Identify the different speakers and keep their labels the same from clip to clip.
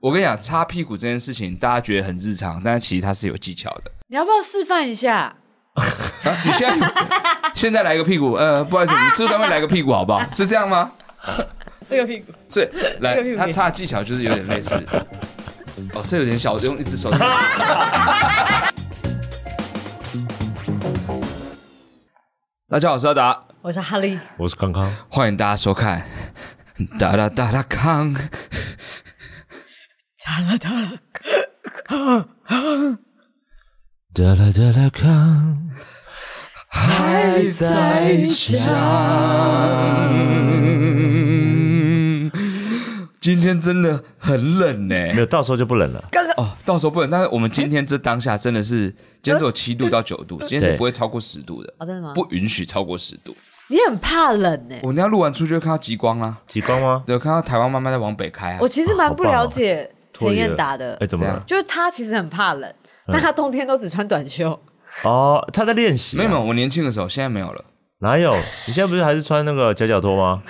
Speaker 1: 我跟你讲，擦屁股这件事情，大家觉得很日常，但是其实它是有技巧的。
Speaker 2: 你要不要示范一下？
Speaker 1: 啊，你现 在现在来个屁股，呃，不好意
Speaker 2: 啊
Speaker 1: 思，我们制作单位来个屁股好不好？是这样吗？
Speaker 2: 这个屁股，
Speaker 1: 这来
Speaker 2: 这个屁，股
Speaker 1: 他擦的技巧就是有点类 似。哦，这有点小，我就用一只手。大家好，我是阿达，
Speaker 2: 我是哈利，
Speaker 3: 我是康康，
Speaker 1: 欢迎大家收看。哒啦哒啦康，
Speaker 3: 哒啦哒啦康，
Speaker 1: 还在讲。今天真的很冷呢、
Speaker 3: 没有，到时候就不冷了。
Speaker 1: 哦，到时候不能。但是我们今天这当下真的是，今天只有七度到九度，今天是不会超过十度的
Speaker 2: 哦，真的吗
Speaker 1: 不允许超过十度。
Speaker 2: 你很怕冷欸呢、
Speaker 1: 我们要录完出去会看到极光啦，
Speaker 3: 极光吗？
Speaker 1: 对，看到台湾慢慢在往北开啊
Speaker 2: 我。其实蛮不了解
Speaker 3: 脱
Speaker 2: 陈
Speaker 3: 衣了
Speaker 2: 彦达的
Speaker 3: 哎，，怎么嗯
Speaker 1: 这
Speaker 3: 了
Speaker 1: 样？
Speaker 2: 就是他其实很怕冷，但他冬天都只穿短袖。
Speaker 3: 哦，他在练习啊。
Speaker 1: 没有没有，我年轻的时候，现在没有了。
Speaker 3: 哪有？你现在不是还是穿那个夹脚拖吗？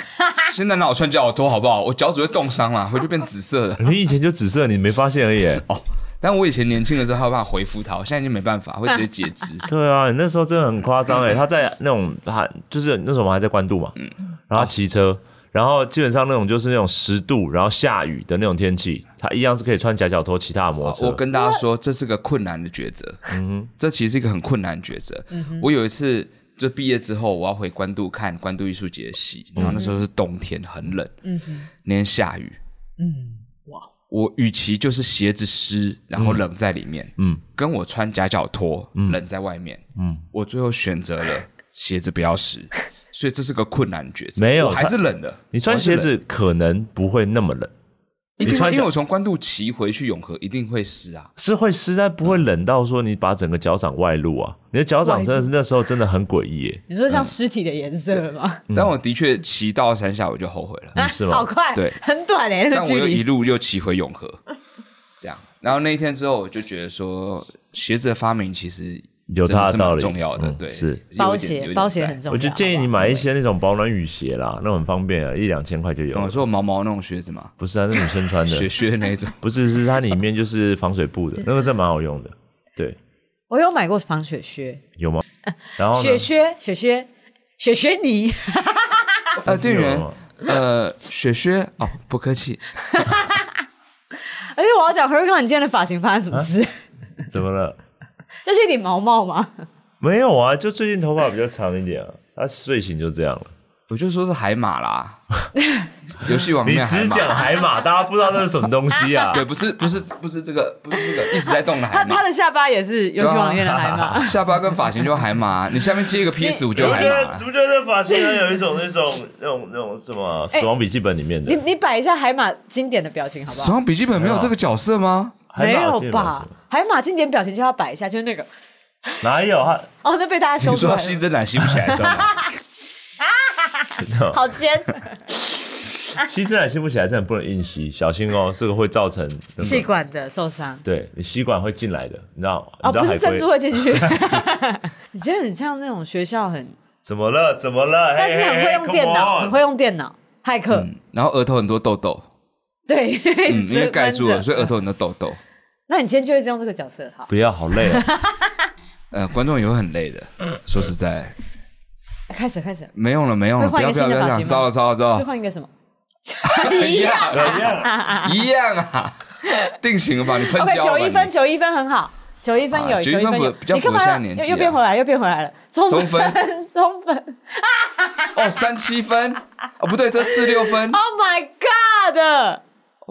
Speaker 1: 现在哪有穿脚拖好不好？我脚趾会冻伤啦，回去变紫色的。
Speaker 3: 哎你以前就紫色，你没发现而已。
Speaker 1: 哦但我以前年轻的时候还有办法回复它，我现在已经没办法，会直接截肢。
Speaker 3: 对啊，你那时候真的很夸张哎！他在那种还就是那时候我们还在关渡嘛，
Speaker 1: 嗯
Speaker 3: 然后骑车，然后基本上那种就是那种十度，然后下雨的那种天气，他一样是可以穿夹脚拖骑他的摩托车。
Speaker 1: 哦我跟大家说，这是个困难的抉择。
Speaker 3: 嗯
Speaker 1: 这其实是一个很困难的抉择。我有一次就毕业之后，我要回关渡看关渡艺术节的戏，
Speaker 3: 嗯
Speaker 1: 然后那时候是冬天，很冷，那天下雨，我与其就是鞋子湿，然后冷在里面，嗯，跟我穿夹脚拖、冷在外面，嗯，我最后选择了鞋子不要湿，所以这是个困难的抉择。
Speaker 3: 没有
Speaker 1: 我还是冷的。
Speaker 3: 你穿鞋子可能不会那么冷，
Speaker 1: 一定
Speaker 3: 你
Speaker 1: 会，
Speaker 3: 穿
Speaker 1: 因为
Speaker 3: 脚
Speaker 1: 我从关渡骑回去永和，一定会湿啊。
Speaker 3: 是会实在不会冷到说你把整个脚掌外露啊！你的脚掌真的是那时候真的很诡异耶，
Speaker 2: 你说像尸体的颜色吗？
Speaker 3: 嗯
Speaker 1: 但我的确骑到山下，我就后悔了。
Speaker 2: 啊
Speaker 3: 是吗
Speaker 2: 好快，
Speaker 1: 对
Speaker 2: 很短哎、那
Speaker 1: 但
Speaker 2: 个
Speaker 1: 我
Speaker 2: 距
Speaker 1: 又一
Speaker 2: 离。
Speaker 1: 路又骑回永和， 这样。然后那一天之后，我就觉得说，鞋子的发明其实
Speaker 3: 有它
Speaker 1: 真的
Speaker 3: 的
Speaker 1: 是蛮
Speaker 3: 道理，
Speaker 1: 重要的，
Speaker 3: 嗯
Speaker 1: 对，
Speaker 3: 是。
Speaker 1: 有一点
Speaker 2: 包
Speaker 1: 有一
Speaker 2: 鞋，
Speaker 1: 点
Speaker 2: 包鞋
Speaker 1: 在
Speaker 2: 很重要。
Speaker 3: 我就建议你
Speaker 2: 好
Speaker 3: 买一些那种保暖雨鞋啦，那种很方便啊，一两千块就有
Speaker 1: 嗯
Speaker 3: 了
Speaker 1: 我。说我毛毛那种靴子嘛，
Speaker 3: 不是啊，是女生穿
Speaker 1: 雪
Speaker 3: 的，
Speaker 1: 靴那一 种，
Speaker 3: 不是，是它里面就是防水布的，那个真的蛮好用的。对，
Speaker 2: 不好我有买过防雪靴，
Speaker 3: 有吗？然后呢
Speaker 2: 雪靴，雪靴，雪靴泥。
Speaker 1: 呃，店
Speaker 3: 有
Speaker 1: 员
Speaker 3: 吗，
Speaker 1: 呃，雪靴哦，不客气，
Speaker 2: 而且我要讲 Hurricane 你今天的发型发生什么
Speaker 3: 啊
Speaker 2: 事？
Speaker 3: 怎么了？
Speaker 2: 这是一顶毛毛吗？
Speaker 3: 没有啊，就最近头发比较长一点啊，他睡醒就这样了。
Speaker 1: 我就说是海马 啦，游戏王里
Speaker 3: 你
Speaker 1: 面海
Speaker 3: 只讲
Speaker 1: 马，
Speaker 3: 海马，大家不知道那是什么东西啊？
Speaker 1: 对，不是不是不是这个，不是这个一直在动的海
Speaker 3: 哎
Speaker 2: 他
Speaker 1: 马
Speaker 2: 他，的下巴也是游戏王里面的海马。
Speaker 1: 下巴跟发型就海马，啊你下面接一个 P 十 五就海马啊了。
Speaker 3: 不觉得发型上有一种那种那种那种什么啊《死亡笔记本》里面
Speaker 2: 你你摆一下海马经典的表情好不
Speaker 1: 死
Speaker 2: 好？
Speaker 1: 亡笔记本没有这个角色吗？
Speaker 3: 海
Speaker 2: 没
Speaker 3: 马
Speaker 2: 有
Speaker 3: 记得
Speaker 2: 吧？海马经典表情就要摆一下，就是那个
Speaker 3: 哪有他？
Speaker 2: 哦，那被大家
Speaker 1: 你
Speaker 2: 修出
Speaker 1: 说
Speaker 2: 来
Speaker 1: 他
Speaker 2: 了
Speaker 1: 吸真奶吸不起来是吗？
Speaker 2: 好 尖，
Speaker 3: 吸自然吸不起来，真的不能硬吸，小心哦，这个会造成那个
Speaker 2: 气管的受伤
Speaker 3: 对你吸管会进来的，你知道？
Speaker 2: 哦，
Speaker 3: 你知道
Speaker 2: 不是
Speaker 3: 海龟
Speaker 2: 珍珠会进去。 你今天很像那种学校很，
Speaker 3: 怎么了？怎么了？
Speaker 2: 但是很会用电
Speaker 1: 哎
Speaker 2: 脑，很会用电脑骇客。
Speaker 1: 然后额头很多痘痘，
Speaker 2: 对， 一
Speaker 1: 嗯，
Speaker 2: 直
Speaker 1: 因为盖住了，
Speaker 2: 闷着
Speaker 1: 所以额头很多痘痘。
Speaker 2: 那你今天就会用这个角色好？
Speaker 3: 不要，好累啊！
Speaker 1: 呃，观众也会很累的。
Speaker 2: 嗯
Speaker 1: 说实在，
Speaker 2: 开始开始，
Speaker 1: 没用了，没用了，
Speaker 2: 会
Speaker 1: 不
Speaker 2: 换一
Speaker 1: 要
Speaker 2: 个
Speaker 1: 不要
Speaker 2: 新
Speaker 1: 不要
Speaker 2: 的
Speaker 1: 这
Speaker 2: 发
Speaker 1: 样，
Speaker 2: 型
Speaker 1: 糟了糟了糟
Speaker 2: 会
Speaker 1: 了，
Speaker 2: 换一个什么？
Speaker 1: 一样啊
Speaker 3: 怎样？
Speaker 1: 一样啊，定型 吧，你喷
Speaker 2: OK，
Speaker 1: 胶
Speaker 2: 九
Speaker 1: 吧
Speaker 2: 一分，
Speaker 1: 你。
Speaker 2: 九一分很好，九一分有，
Speaker 1: 啊
Speaker 2: 九一
Speaker 1: 91分
Speaker 2: 有
Speaker 1: 不比较
Speaker 2: 你干
Speaker 1: 符合
Speaker 2: 嘛
Speaker 1: 现在年纪啊
Speaker 2: 又又变回来，又变回来了，中
Speaker 1: 中分，
Speaker 2: 中分
Speaker 1: 哦，三七分，哦不对，这四六分，
Speaker 2: ，Oh my God！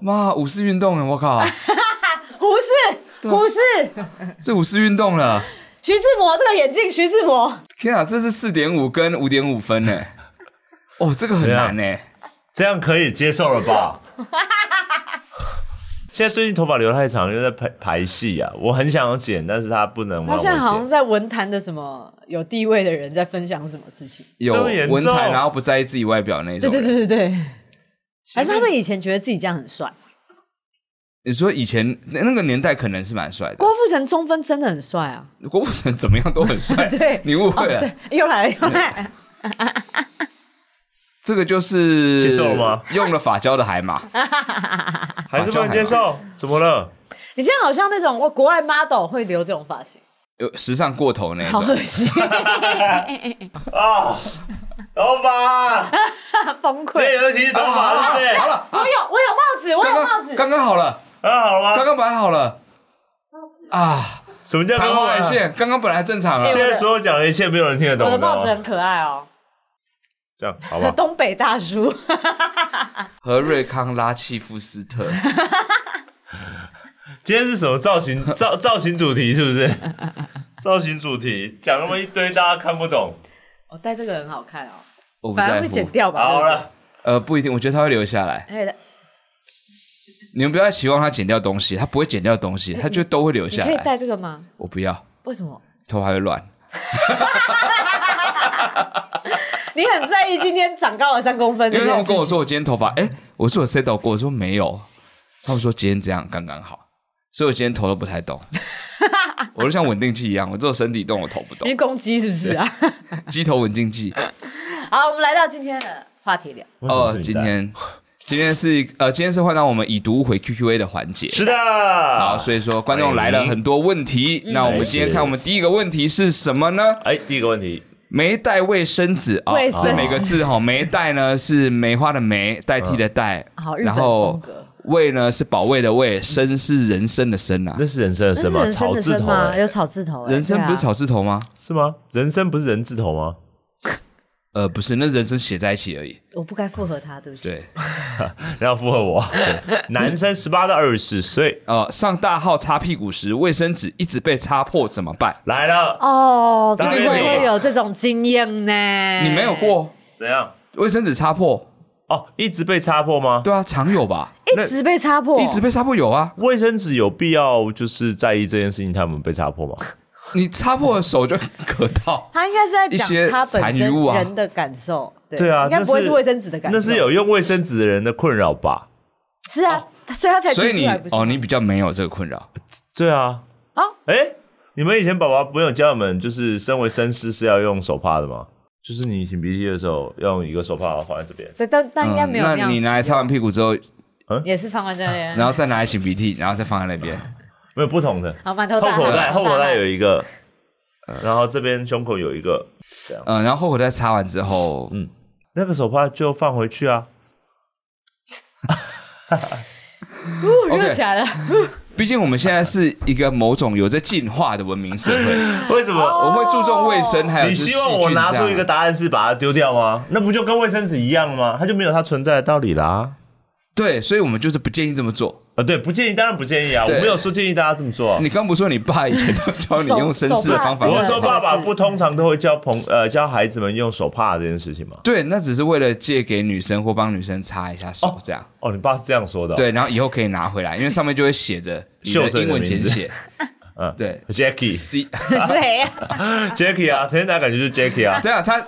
Speaker 1: 妈，五四运动了，我靠，
Speaker 2: 胡适，胡适，
Speaker 1: 这五四运动了，
Speaker 2: 徐志摩这个眼镜，徐志摩，
Speaker 1: 天啊，这是四点五跟五点五分呢。哦，这个很
Speaker 3: 怎样
Speaker 1: 难呢。
Speaker 3: 这样可以接受了吧？ 现在最近头发留太长，又在排排戏啊！我很想要剪，但是他不能
Speaker 2: 他
Speaker 3: 让我
Speaker 2: 现在好像
Speaker 3: 剪。
Speaker 2: 在文坛的什么有地位的人在分享什么事情？
Speaker 1: 有
Speaker 3: 这么严重
Speaker 1: 文坛，然后不在意自己外表那
Speaker 2: 对
Speaker 1: 种。
Speaker 2: 对对对对，还是他们以前觉得自己这样很帅。
Speaker 1: 你说以前那那个年代可能是蛮帅的，
Speaker 2: 郭富城中分真的很帅啊！
Speaker 1: 郭富城怎么样都很帅
Speaker 2: ，对，
Speaker 1: 你误会
Speaker 2: 哦
Speaker 1: 了。
Speaker 2: 对，又来了，又来了。
Speaker 1: 这个就是
Speaker 3: 接受了吗？
Speaker 1: 用了发胶的海马，
Speaker 3: 还是不能接受？怎么了？
Speaker 2: 你这样好像那种我国外 model 会留这种发型，
Speaker 1: 有时尚过头那一
Speaker 2: 好恶
Speaker 1: 种。
Speaker 2: 心，
Speaker 3: 啊，头发，
Speaker 2: 崩
Speaker 3: 今天
Speaker 2: 溃。
Speaker 3: 有一题是头发，对不对？
Speaker 1: 好了，
Speaker 2: 我有我有帽子，我
Speaker 1: 刚
Speaker 2: 有帽
Speaker 1: 刚
Speaker 2: 子，
Speaker 1: 刚刚好了，
Speaker 3: 啊，好
Speaker 1: 刚
Speaker 3: 了吗？
Speaker 1: 刚本来好了啊，
Speaker 3: 什么叫
Speaker 1: 昙
Speaker 3: 刚
Speaker 1: 花
Speaker 3: 刚
Speaker 1: 一？现，刚刚本来正常了
Speaker 2: 哎。
Speaker 3: 现在所有讲的一切，没有人听得懂
Speaker 2: 我的
Speaker 3: 知道
Speaker 2: 帽子
Speaker 3: 吗
Speaker 2: 很可爱哦，？
Speaker 3: 这样好不 好
Speaker 2: 东北大叔。
Speaker 1: 和瑞康拉契夫斯特，
Speaker 3: 今天是什么造 型？造造型主题是不是？造型主题讲那么一堆，大家看不懂。
Speaker 2: 我戴这个很好看哦，
Speaker 1: 我不
Speaker 2: 反
Speaker 1: 在
Speaker 2: 正会剪
Speaker 1: 乎。
Speaker 2: 掉吧。
Speaker 3: 好了，
Speaker 1: 呃，不一定，我觉得他会留下来。
Speaker 2: 对不对。哎，
Speaker 1: 你们不要期望他剪掉东西，他不会剪掉东西，他就都会留
Speaker 2: 你
Speaker 1: 下
Speaker 2: 可以
Speaker 1: 来。
Speaker 2: 戴这个吗？
Speaker 1: 我不要，
Speaker 2: 为什么？
Speaker 1: 头发会乱。
Speaker 2: 你很在意今天长高了三公分？
Speaker 1: 因为他们跟我
Speaker 2: 这件事
Speaker 1: 说我今天头发，哎、我是有 set 到过，我说没有，他们说今天这样刚刚好，所以我今天头都不太 动，我就像稳定器一样，我只有身体动，我头不
Speaker 2: 情，
Speaker 1: 动
Speaker 2: 你，攻击是不是啊？
Speaker 1: 鸡头稳定器。
Speaker 2: 好，我们来到今天的话题了。
Speaker 1: 哦，今天今天是一呃，今天是换到我们已读回 QQA 的环节。
Speaker 3: 是的。啊
Speaker 1: 好，所以说观众来了很多问题，
Speaker 2: 嗯
Speaker 1: 那我们今天看我们第一个问题是什么呢？
Speaker 3: 哎，第一个问题，
Speaker 1: 没带卫生纸啊，
Speaker 2: 卫生纸
Speaker 1: 这每个字 哈，没带呢是梅花的梅代替的代，
Speaker 2: 好日本
Speaker 1: 然后
Speaker 2: 风格
Speaker 1: 卫呢是保卫的卫，生是人参的参啊
Speaker 3: 那，是人参的
Speaker 2: 那
Speaker 3: 参
Speaker 2: 是
Speaker 3: 吗？
Speaker 2: 人参
Speaker 3: 草
Speaker 2: 的
Speaker 3: 字
Speaker 2: 参
Speaker 3: 头
Speaker 2: 吗？
Speaker 3: 哎
Speaker 2: 有草字头哎，
Speaker 1: 人参不是
Speaker 2: 对啊
Speaker 1: 草字头吗？
Speaker 3: 是吗？人参不是人字头吗？
Speaker 1: 呃，不是，那人参写在一起而已。
Speaker 2: 我不该附和他，对不 起。
Speaker 1: 对，
Speaker 3: 然后附和 我，男生十八到二十岁
Speaker 1: 呃，上大号擦屁股时，卫生纸一直被擦破怎么办？
Speaker 3: 来了，
Speaker 2: 哦，真
Speaker 3: 当
Speaker 2: 的
Speaker 3: 然有
Speaker 2: 会有这种经验呢？
Speaker 1: 啊你没有过
Speaker 3: 怎样？
Speaker 1: 卫生纸擦破？
Speaker 3: 哦，一直被擦破吗？
Speaker 1: 对啊，常有吧？
Speaker 2: 一直被擦破，
Speaker 1: 一直被擦破有啊，
Speaker 3: 卫生纸有必要就是在意这件事情，他们被擦破吗？
Speaker 1: 你擦破了手就可 到。
Speaker 2: 他应该是在讲
Speaker 1: 一些
Speaker 2: 他本
Speaker 1: 残余
Speaker 2: 身
Speaker 1: 物啊
Speaker 2: 人的感受，对
Speaker 3: 对啊，
Speaker 2: 应该不会
Speaker 3: 那
Speaker 2: 是卫生纸的感受，
Speaker 3: 那是有用卫生纸的人的困扰吧？
Speaker 2: 是啊，所以他才
Speaker 1: 所以
Speaker 2: 提
Speaker 1: 你
Speaker 2: 出来不啊是吗
Speaker 1: 哦，你比较没有这个困扰，
Speaker 3: 对啊，
Speaker 2: 啊，
Speaker 3: 哎，你们以前爸爸没有教你们，就是身为绅士是要用手帕的吗？就是你擤鼻涕的时候，用一个手帕然后放在这边，
Speaker 2: 对，但但应该没有
Speaker 1: 嗯
Speaker 2: 样
Speaker 1: 那
Speaker 2: 子。
Speaker 1: 你拿来擦完屁股之后，
Speaker 2: 也是放在这边，
Speaker 1: 然后再拿来擤鼻涕，然后再放在那
Speaker 3: 嗯
Speaker 1: 边。
Speaker 3: 没有不同的。
Speaker 2: 好，馒头
Speaker 3: 后
Speaker 2: 大
Speaker 3: 口袋，
Speaker 2: 汉
Speaker 3: 后口袋有
Speaker 2: 大汉
Speaker 3: 一个，
Speaker 1: 呃
Speaker 3: 然后这边胸口有一个，
Speaker 1: 嗯，然后后口袋擦完之后，
Speaker 3: 嗯那个手帕就放回去啊。
Speaker 2: 呜
Speaker 1: OK
Speaker 2: 热起来了，
Speaker 1: 毕竟我们现在是一个某种有在进化的文明社会，
Speaker 3: 为什么？
Speaker 1: 我们会注重卫生，还有
Speaker 3: 哦你
Speaker 1: 就是
Speaker 3: 希
Speaker 1: 细
Speaker 3: 望我
Speaker 1: 菌
Speaker 3: 拿
Speaker 1: 这
Speaker 3: 出一个
Speaker 1: 样。
Speaker 3: 答案是把它丢掉吗？那不就跟卫生纸一样吗？它就没有它存在的道理啦。
Speaker 1: 对，所以我们就是不建议这么做。
Speaker 3: 啊，对，不建议，当然不建议啊，我
Speaker 1: 对
Speaker 3: 没有说建议大家这么做啊。
Speaker 1: 你刚不是说你爸以前都教你
Speaker 2: 手
Speaker 1: 用绅士的方法吗？
Speaker 2: 手
Speaker 3: 我
Speaker 2: 帕
Speaker 3: 是说，爸爸不通常都会教朋呃教孩子们用手帕这件事情吗？
Speaker 1: 对，那只是为了借给女生或帮女生擦一下手这样。
Speaker 3: 哦，你爸是这样说的哦、
Speaker 1: 对，然后以后可以拿回来，因为上面就会写着你
Speaker 3: 秀
Speaker 1: 的
Speaker 3: 珍的
Speaker 1: 英文
Speaker 3: 名
Speaker 1: 简
Speaker 3: 字
Speaker 1: 写。
Speaker 3: 嗯
Speaker 1: 对
Speaker 3: ，Jackie
Speaker 1: C，
Speaker 2: 谁呀？
Speaker 3: Jackie 啊，陈 建达感觉就是 Jackie 啊。
Speaker 1: 对啊，他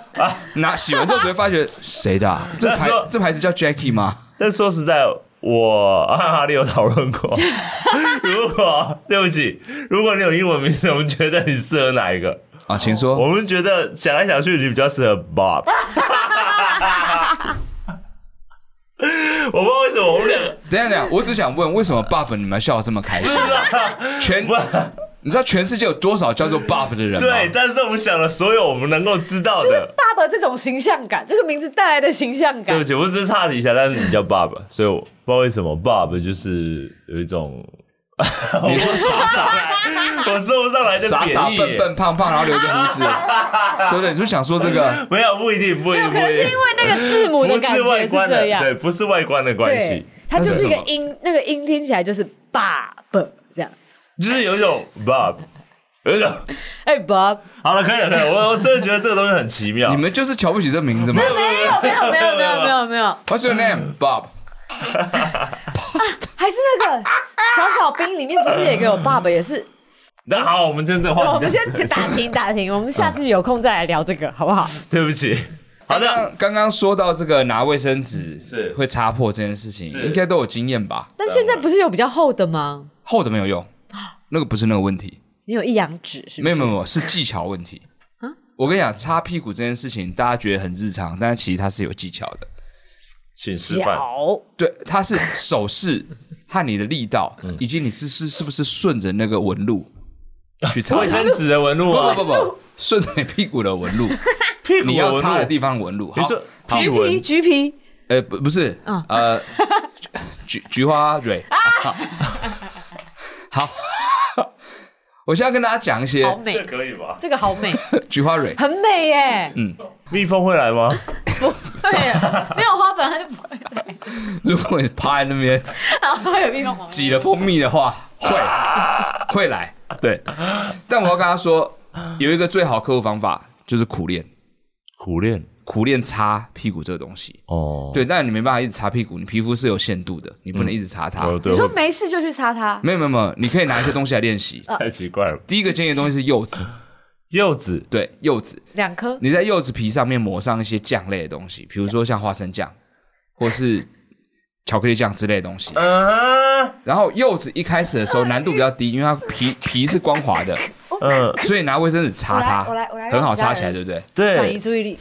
Speaker 1: 拿洗完之后只会发觉谁的啊？这
Speaker 3: 那
Speaker 1: 牌
Speaker 3: 时候
Speaker 1: 这牌子叫 Jackie 吗？
Speaker 3: 但说实在，我和哈利有讨论过， 如果对不起，如果你有英文名字，我们觉得你适合哪一个？
Speaker 1: 啊，请说。
Speaker 3: 我们觉得想来想去，你比较适合 Bob。我不知道为什么我们两个
Speaker 1: 等一下等一下，我只想问，为什么 Buff 你们笑得这么开心？全
Speaker 3: 啊不
Speaker 1: 你知道全世界有多少叫做 Buff 的人吗？
Speaker 3: 对，但是我们想了所有我们能够知道的。
Speaker 2: 爸爸这种形象感，这个名字带来的形象
Speaker 3: 对不
Speaker 2: 感，
Speaker 3: 起，我只是岔题一下，但是你叫 Bob，所以我不知道为什么 Bob 就是有一种， 我
Speaker 1: 你说傻傻
Speaker 3: 我说不上来的
Speaker 1: 傻
Speaker 3: 贬义
Speaker 1: 傻笨笨胖胖，然后留着 胡子，对不对？你是不是想说这个？
Speaker 3: 没有不一定，不一定，
Speaker 2: 可能
Speaker 3: 不一
Speaker 2: 是
Speaker 3: 定
Speaker 2: 因。为那个字母
Speaker 3: 不
Speaker 2: 的感
Speaker 3: 是
Speaker 2: 觉
Speaker 3: 外
Speaker 2: 是
Speaker 3: 观
Speaker 2: 这
Speaker 3: 的，
Speaker 2: 样，
Speaker 3: 对，不是外观的关系
Speaker 2: 对，，它就
Speaker 1: 那是
Speaker 2: 是一个
Speaker 1: 什么
Speaker 2: 音，那个音听起来就是爸爸这样。
Speaker 3: 就是有一种 Bob，有一种
Speaker 2: 哎，Bob，
Speaker 3: 好了，可以了，可以了，我我真的觉得这个东西很奇妙
Speaker 1: 你。们就是瞧不起这名字吗
Speaker 2: 没有没有没有没有没有没有，
Speaker 1: ？What's your name, Bob？
Speaker 2: 还是那个小小兵里面不是也有爸爸，也是。
Speaker 3: 那好，我们真正话
Speaker 2: 我
Speaker 3: 题
Speaker 2: 们
Speaker 3: 就
Speaker 2: 先打停打停，我们下次有空再来聊这个，好不好？
Speaker 3: 对不起。
Speaker 1: 刚
Speaker 3: 好的，
Speaker 1: 刚刚刚说到这个拿卫生纸
Speaker 3: 是
Speaker 1: 会擦破这件事情，
Speaker 3: 是
Speaker 1: 应该都有经验吧？
Speaker 2: 但现在不是有比较厚的吗？
Speaker 1: 厚的没有用，那个不是那个问题，
Speaker 2: 你有一阳指是不
Speaker 1: 没有
Speaker 2: 是？
Speaker 1: 没有没有，是技巧问题。我跟你讲，擦屁股这件事情大家觉得很日常，但是其实它是有技巧的。
Speaker 3: 请示范。
Speaker 2: 脚
Speaker 1: 对，它是手势和你的力道，以及你是是是不是顺着那个纹路去擦。
Speaker 3: 卫生纸的纹路啊，
Speaker 1: 不不不，顺着你屁股的纹路，
Speaker 3: 屁股
Speaker 1: 你要擦的
Speaker 3: 的
Speaker 1: 地方纹路。
Speaker 3: 方，你
Speaker 1: 好
Speaker 3: 说，屁
Speaker 2: 橘皮
Speaker 3: 纹，
Speaker 2: 橘皮，
Speaker 1: 呃，不不是，呃，菊菊花蕊。好， 我现在跟大家讲一些
Speaker 2: 好美，
Speaker 3: 可以吧？
Speaker 2: 这个好美，
Speaker 1: 菊花蕊。
Speaker 2: 很美耶。
Speaker 1: 嗯
Speaker 3: 蜜蜂会 来吗？
Speaker 2: 不对，没有花粉它就不会来，
Speaker 1: 如果你趴在那边
Speaker 2: 然后有蜜蜂 黄。
Speaker 1: 挤了蜂蜜的话，会会来。对，但我要跟他说，有一个最好克服方法就是苦练，
Speaker 3: 苦练
Speaker 1: 苦练擦屁股这个东西。
Speaker 3: 哦，
Speaker 1: 对，但你没办法一直擦屁股，你皮肤是有限度的，你不能一直擦它。
Speaker 3: 哦，对
Speaker 2: 你，说
Speaker 3: 会
Speaker 2: 没事就去擦它，
Speaker 1: 没有没有没有，你可以拿一些东西来练
Speaker 2: 嗯
Speaker 1: 习。
Speaker 3: 太奇怪了。
Speaker 1: 第一个建议的东西是柚子，
Speaker 3: 呃柚子
Speaker 1: 对，柚子，
Speaker 2: 两颗
Speaker 1: 你在柚子皮上面抹上一些酱类的东西，比如说像花生酱，或是巧克力酱之类的东西。
Speaker 3: 嗯
Speaker 1: 然后柚子一开始的时候难度比较低，因为它皮皮是光滑的，
Speaker 3: 嗯，
Speaker 1: 所以拿卫生纸擦它
Speaker 2: 我来我来我来，
Speaker 1: 很好
Speaker 2: 让其他
Speaker 1: 擦起
Speaker 2: 人
Speaker 1: 来，对不对？
Speaker 2: 转移
Speaker 3: 对，
Speaker 2: 注意力，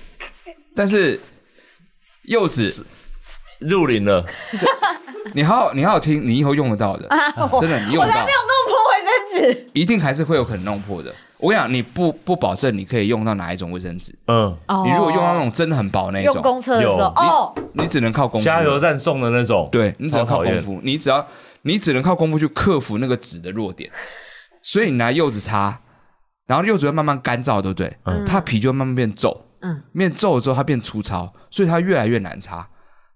Speaker 1: 但是柚子，
Speaker 3: 入林了，
Speaker 1: 你好好你好好听，你以后用得到的，真的你用
Speaker 2: 我
Speaker 1: 得
Speaker 2: 才
Speaker 1: 到
Speaker 2: 没，有弄破卫生纸
Speaker 1: 一定还是会有可能弄破的。我跟你讲，你不不保证你可以用到哪一种卫生纸，
Speaker 3: 嗯，
Speaker 2: 哦
Speaker 1: 你如果用到那种真的很薄那一
Speaker 2: 用
Speaker 1: 种，
Speaker 2: 公车的时候
Speaker 3: 有
Speaker 2: 哦，
Speaker 1: 你只能靠功夫，
Speaker 3: 加油站送的那种，
Speaker 1: 对你只能
Speaker 3: 超
Speaker 1: 靠
Speaker 3: 讨厌
Speaker 1: 功夫，你只要你只能靠功夫去克服那个纸的弱 点，所以你拿柚子擦，然后柚子会慢慢干燥，对不对？
Speaker 3: 嗯
Speaker 1: 它皮就会慢慢变皱，
Speaker 2: 嗯，
Speaker 1: 变皱了之后它变粗糙，所以它越来越难擦。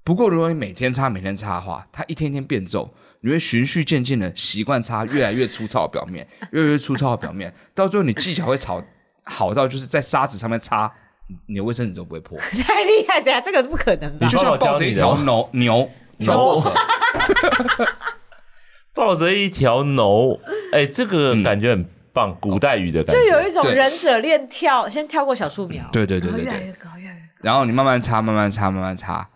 Speaker 1: 不过如果你每天擦每天擦的话，它一天天变皱，你会循序渐进的习惯擦越来越粗糙的表 面，越来越粗糙的表面，到最后你技巧会好好到就是在沙子上面擦，你的卫生纸都不会 破。
Speaker 2: 太厉害，等下这个不可能吧
Speaker 1: 你？就像抱着一条牛 牛条薄荷，
Speaker 3: 抱着一条牛，哎，这个感觉很棒，古代语的感
Speaker 2: 就
Speaker 3: 觉，
Speaker 2: 有一种
Speaker 1: 对
Speaker 2: 忍者练跳，先跳过小树苗，
Speaker 1: 对对对
Speaker 2: 然后
Speaker 1: 对
Speaker 2: 越来
Speaker 1: 对
Speaker 2: 越。高，越来越
Speaker 1: 然后你慢慢擦，慢慢擦，慢慢擦，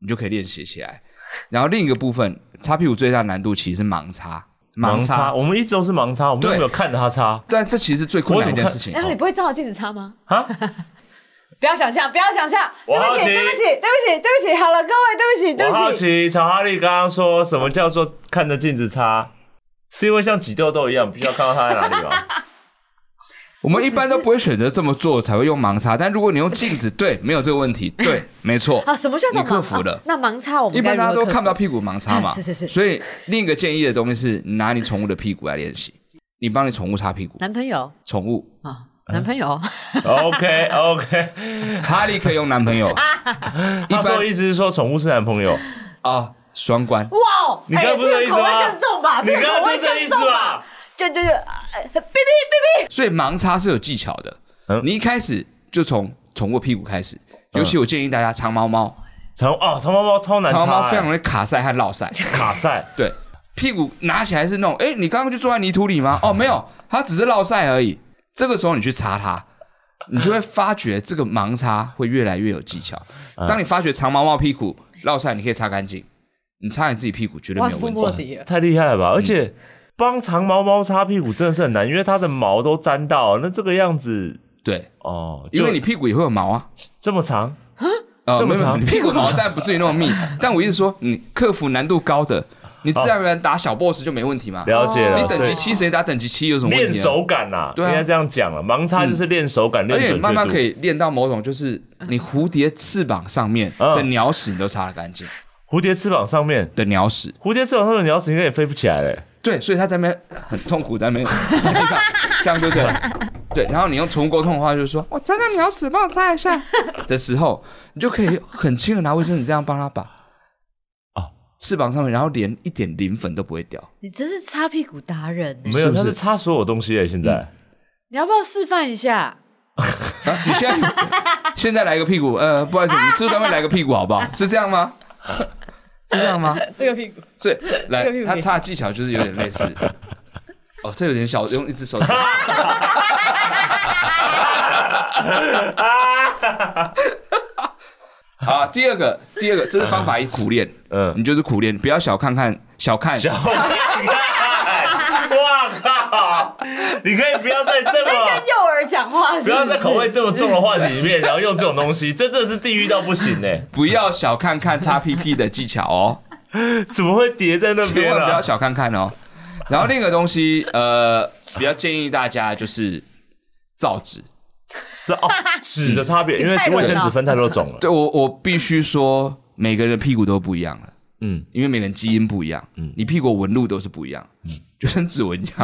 Speaker 1: 你就可以练习起来。然后另一个部分，擦屁股最大难度其实是盲擦，
Speaker 3: 盲
Speaker 1: 擦
Speaker 3: 擦，。我们一直都是盲擦，我们都
Speaker 1: 对
Speaker 3: 没有看着他擦
Speaker 1: 但这其实是最困难的一件事
Speaker 2: 高。
Speaker 1: 情哦
Speaker 2: 然。后哎你不会照着镜子擦吗？
Speaker 3: 啊，
Speaker 2: 不要想象，不要想象，对
Speaker 3: 我
Speaker 2: 不
Speaker 3: 好
Speaker 2: 起，
Speaker 3: 奇
Speaker 2: 对不起，对不起，对不起，好了，各位，对不起，对
Speaker 3: 我好
Speaker 2: 不起，
Speaker 3: 奇，曹哈利刚刚说什么叫做看着镜子擦？是因为像挤痘痘一样，必须要看到它在哪里吗？
Speaker 1: 我们一般都不会选择这么做，才会用盲擦。但如果你用镜子，对，没有这个问题， 对，没错。
Speaker 2: 啊，什么叫做
Speaker 1: 你
Speaker 2: 盲
Speaker 1: 克服
Speaker 2: 啊
Speaker 1: 了？
Speaker 2: 那盲擦我们
Speaker 1: 一般
Speaker 2: 该
Speaker 1: 大家
Speaker 2: 如
Speaker 1: 都
Speaker 2: 何
Speaker 1: 看不到
Speaker 2: 克
Speaker 1: 屁股盲擦嘛，
Speaker 2: 是是是
Speaker 1: 所以另一个建议的东西是，你拿你宠物的屁股来练习，你帮你宠物擦屁股
Speaker 2: 服。男朋友
Speaker 1: 宠物
Speaker 2: 啊，
Speaker 1: 嗯
Speaker 2: 男朋友
Speaker 3: OK OK，
Speaker 1: 哈利可以用男 朋友
Speaker 3: 他说
Speaker 1: 一
Speaker 3: 的意思是说宠物是男朋友，
Speaker 1: 啊，双关。
Speaker 2: 哇，
Speaker 3: 你刚
Speaker 2: 哎
Speaker 3: 不是这
Speaker 2: 这
Speaker 3: 意
Speaker 2: 个
Speaker 3: 思
Speaker 2: 口味
Speaker 3: 吗
Speaker 2: 更重吧？
Speaker 3: 你刚刚
Speaker 2: 这个口
Speaker 3: 就这
Speaker 2: 味
Speaker 3: 意
Speaker 2: 更
Speaker 3: 思
Speaker 2: 重吧？
Speaker 3: 吧？
Speaker 2: 就就就，呃哔哔哔
Speaker 1: 所以盲擦是有技巧的。
Speaker 3: 嗯
Speaker 1: 你一开始就从宠物屁股开始，尤其我建议大家长毛猫，
Speaker 3: 长哦，长毛猫超难
Speaker 1: 长
Speaker 3: 擦、
Speaker 1: 毛猫非常
Speaker 3: 哎
Speaker 1: 容易卡塞和落塞。
Speaker 3: 卡塞，
Speaker 1: 对，屁股拿起来是那种，哎，你刚刚就坐在泥土里吗？哦，没有，它只是落塞而已。这个时候你去擦它，你就会发觉这个盲擦会越来越有技巧。当你发觉长毛猫屁股落塞，你可以擦干净，你擦你自己屁股绝对
Speaker 2: 万
Speaker 1: 没有
Speaker 2: 夫
Speaker 1: 问
Speaker 2: 莫
Speaker 1: 题。
Speaker 2: 敌了。
Speaker 3: 太厉害了吧！而且帮长毛猫擦屁股真的是很难，因为它的毛都沾到，那这个样子
Speaker 1: 对，
Speaker 3: 哦，就
Speaker 1: 因为你屁股也会有毛啊。
Speaker 3: 这么长，
Speaker 1: 呃
Speaker 3: 这
Speaker 1: 没
Speaker 3: 么
Speaker 1: 有
Speaker 3: 长
Speaker 1: 你屁股毛但不至于那么 密。但我意思说，你克服难度高的，你自然而然打小 boss 就没问题嘛。
Speaker 3: 了解了，
Speaker 1: 哦你等级
Speaker 3: 所
Speaker 1: 七谁打等级七有什么
Speaker 3: 以
Speaker 1: 问
Speaker 3: 练
Speaker 1: 题呢？
Speaker 3: 手感呐、
Speaker 1: 对啊嗯
Speaker 3: 应该这样讲了，盲擦就是练手感，
Speaker 1: 而
Speaker 3: 练
Speaker 1: 且
Speaker 3: 准
Speaker 1: 你
Speaker 3: 确
Speaker 1: 慢慢可
Speaker 3: 度。
Speaker 1: 以练到某种，就是你蝴蝶翅膀上面
Speaker 3: 嗯
Speaker 1: 的鸟屎你都擦得干净
Speaker 3: 蝴蝶翅膀上面，
Speaker 1: 的鸟屎，
Speaker 3: 蝴蝶翅膀上面你要是应该也飞不起来嘞、
Speaker 1: 对，所以他在那边很痛苦，在那边在地上这样对不对？对，然后你用宠物沟通的话，就是说我沾到鸟屎，帮我擦一啊下的时候，你就可以很轻的拿卫生纸这样帮他把
Speaker 3: 哦
Speaker 1: 翅膀上面，然后连一点磷粉都不会掉。
Speaker 2: 你真是擦屁股达人呢、
Speaker 3: 没有，
Speaker 1: 嗯是不
Speaker 3: 它
Speaker 1: 是
Speaker 3: 是擦所有东西嘞、现在、
Speaker 2: 你要不要示范一下？
Speaker 1: 啊，你现在 现在来个屁股，呃，不好意思，你吃饭会来个屁股好不好？是这样吗？是这样吗？
Speaker 2: 这个屁股，
Speaker 1: 所以来
Speaker 2: 这个屁，股
Speaker 1: 他擦的技巧就是有点类似。哦，这有点小，用一只手。好，第二个，第二个，这是方法一苦练，
Speaker 3: 嗯
Speaker 1: 你就是苦练，不要小看看小看
Speaker 3: 小哎哇靠！你可以不要再 这么
Speaker 2: 跟。幼儿讲话是
Speaker 3: 不要
Speaker 2: 是
Speaker 3: 在口味这么重的话题里面，然后用这种东西，真的是地狱到不行哎、
Speaker 1: 不要小看看擦屁屁的技巧哦，
Speaker 3: 怎么会叠在那
Speaker 1: 千
Speaker 3: 边
Speaker 1: 万不
Speaker 3: 啊
Speaker 1: 要？小看看哦。然后另一个东西，呃，比较建议大家就是造纸。
Speaker 3: 这 哦，纸的差别，因为
Speaker 2: 太
Speaker 3: 卫
Speaker 2: 软
Speaker 3: 生
Speaker 2: 了
Speaker 3: 纸分太多种了。
Speaker 1: 对我，我必须说，每个人的屁股都不一样了。
Speaker 3: 嗯，
Speaker 1: 因为每个人基因不一样，你屁股纹路都是不一样，
Speaker 3: 嗯
Speaker 1: 就跟指纹一 样。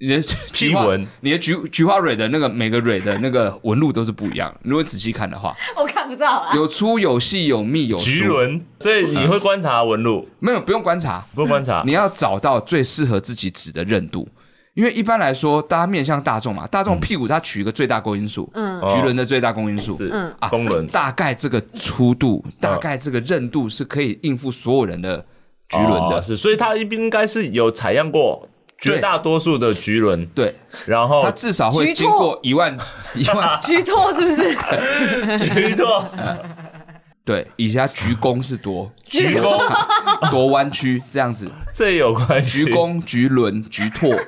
Speaker 1: 你的菊花
Speaker 3: 屁纹，
Speaker 1: 你的菊菊花蕊的那个每个蕊的那个纹路都是不一样。如果仔细看的话，
Speaker 2: 我看不到啊。
Speaker 1: 有粗有细有密有
Speaker 3: 菊
Speaker 1: 疏，
Speaker 3: 轮，所以你会观察纹路，
Speaker 1: 没有不用观察，
Speaker 3: 不会观察
Speaker 1: 你要找到最适合自己指的韧度。因为一般来说，大家面向大众嘛，大
Speaker 3: 嗯
Speaker 1: 众屁股它取一个最大公因数，嗯，菊轮的最大公因数
Speaker 3: 哦是
Speaker 2: 嗯
Speaker 1: 啊
Speaker 3: 公轮，啊
Speaker 1: 大概这个粗度，大概这个韧度是可以应付所有人的菊轮
Speaker 3: 哦
Speaker 1: 的，
Speaker 3: 是，所以它一定应该是有采样过
Speaker 1: 对
Speaker 3: 绝大多数的菊轮，
Speaker 1: 对。
Speaker 3: 然后
Speaker 1: 它至少会
Speaker 2: 橘
Speaker 1: 经过一万 一万
Speaker 2: 橘拓是不是？
Speaker 3: 菊座
Speaker 1: 对，以下鞠躬是多
Speaker 3: 菊弓，
Speaker 1: 多弯曲这样子，
Speaker 3: 这也有关系。
Speaker 1: 鞠，躬、鞠轮、鞠拓，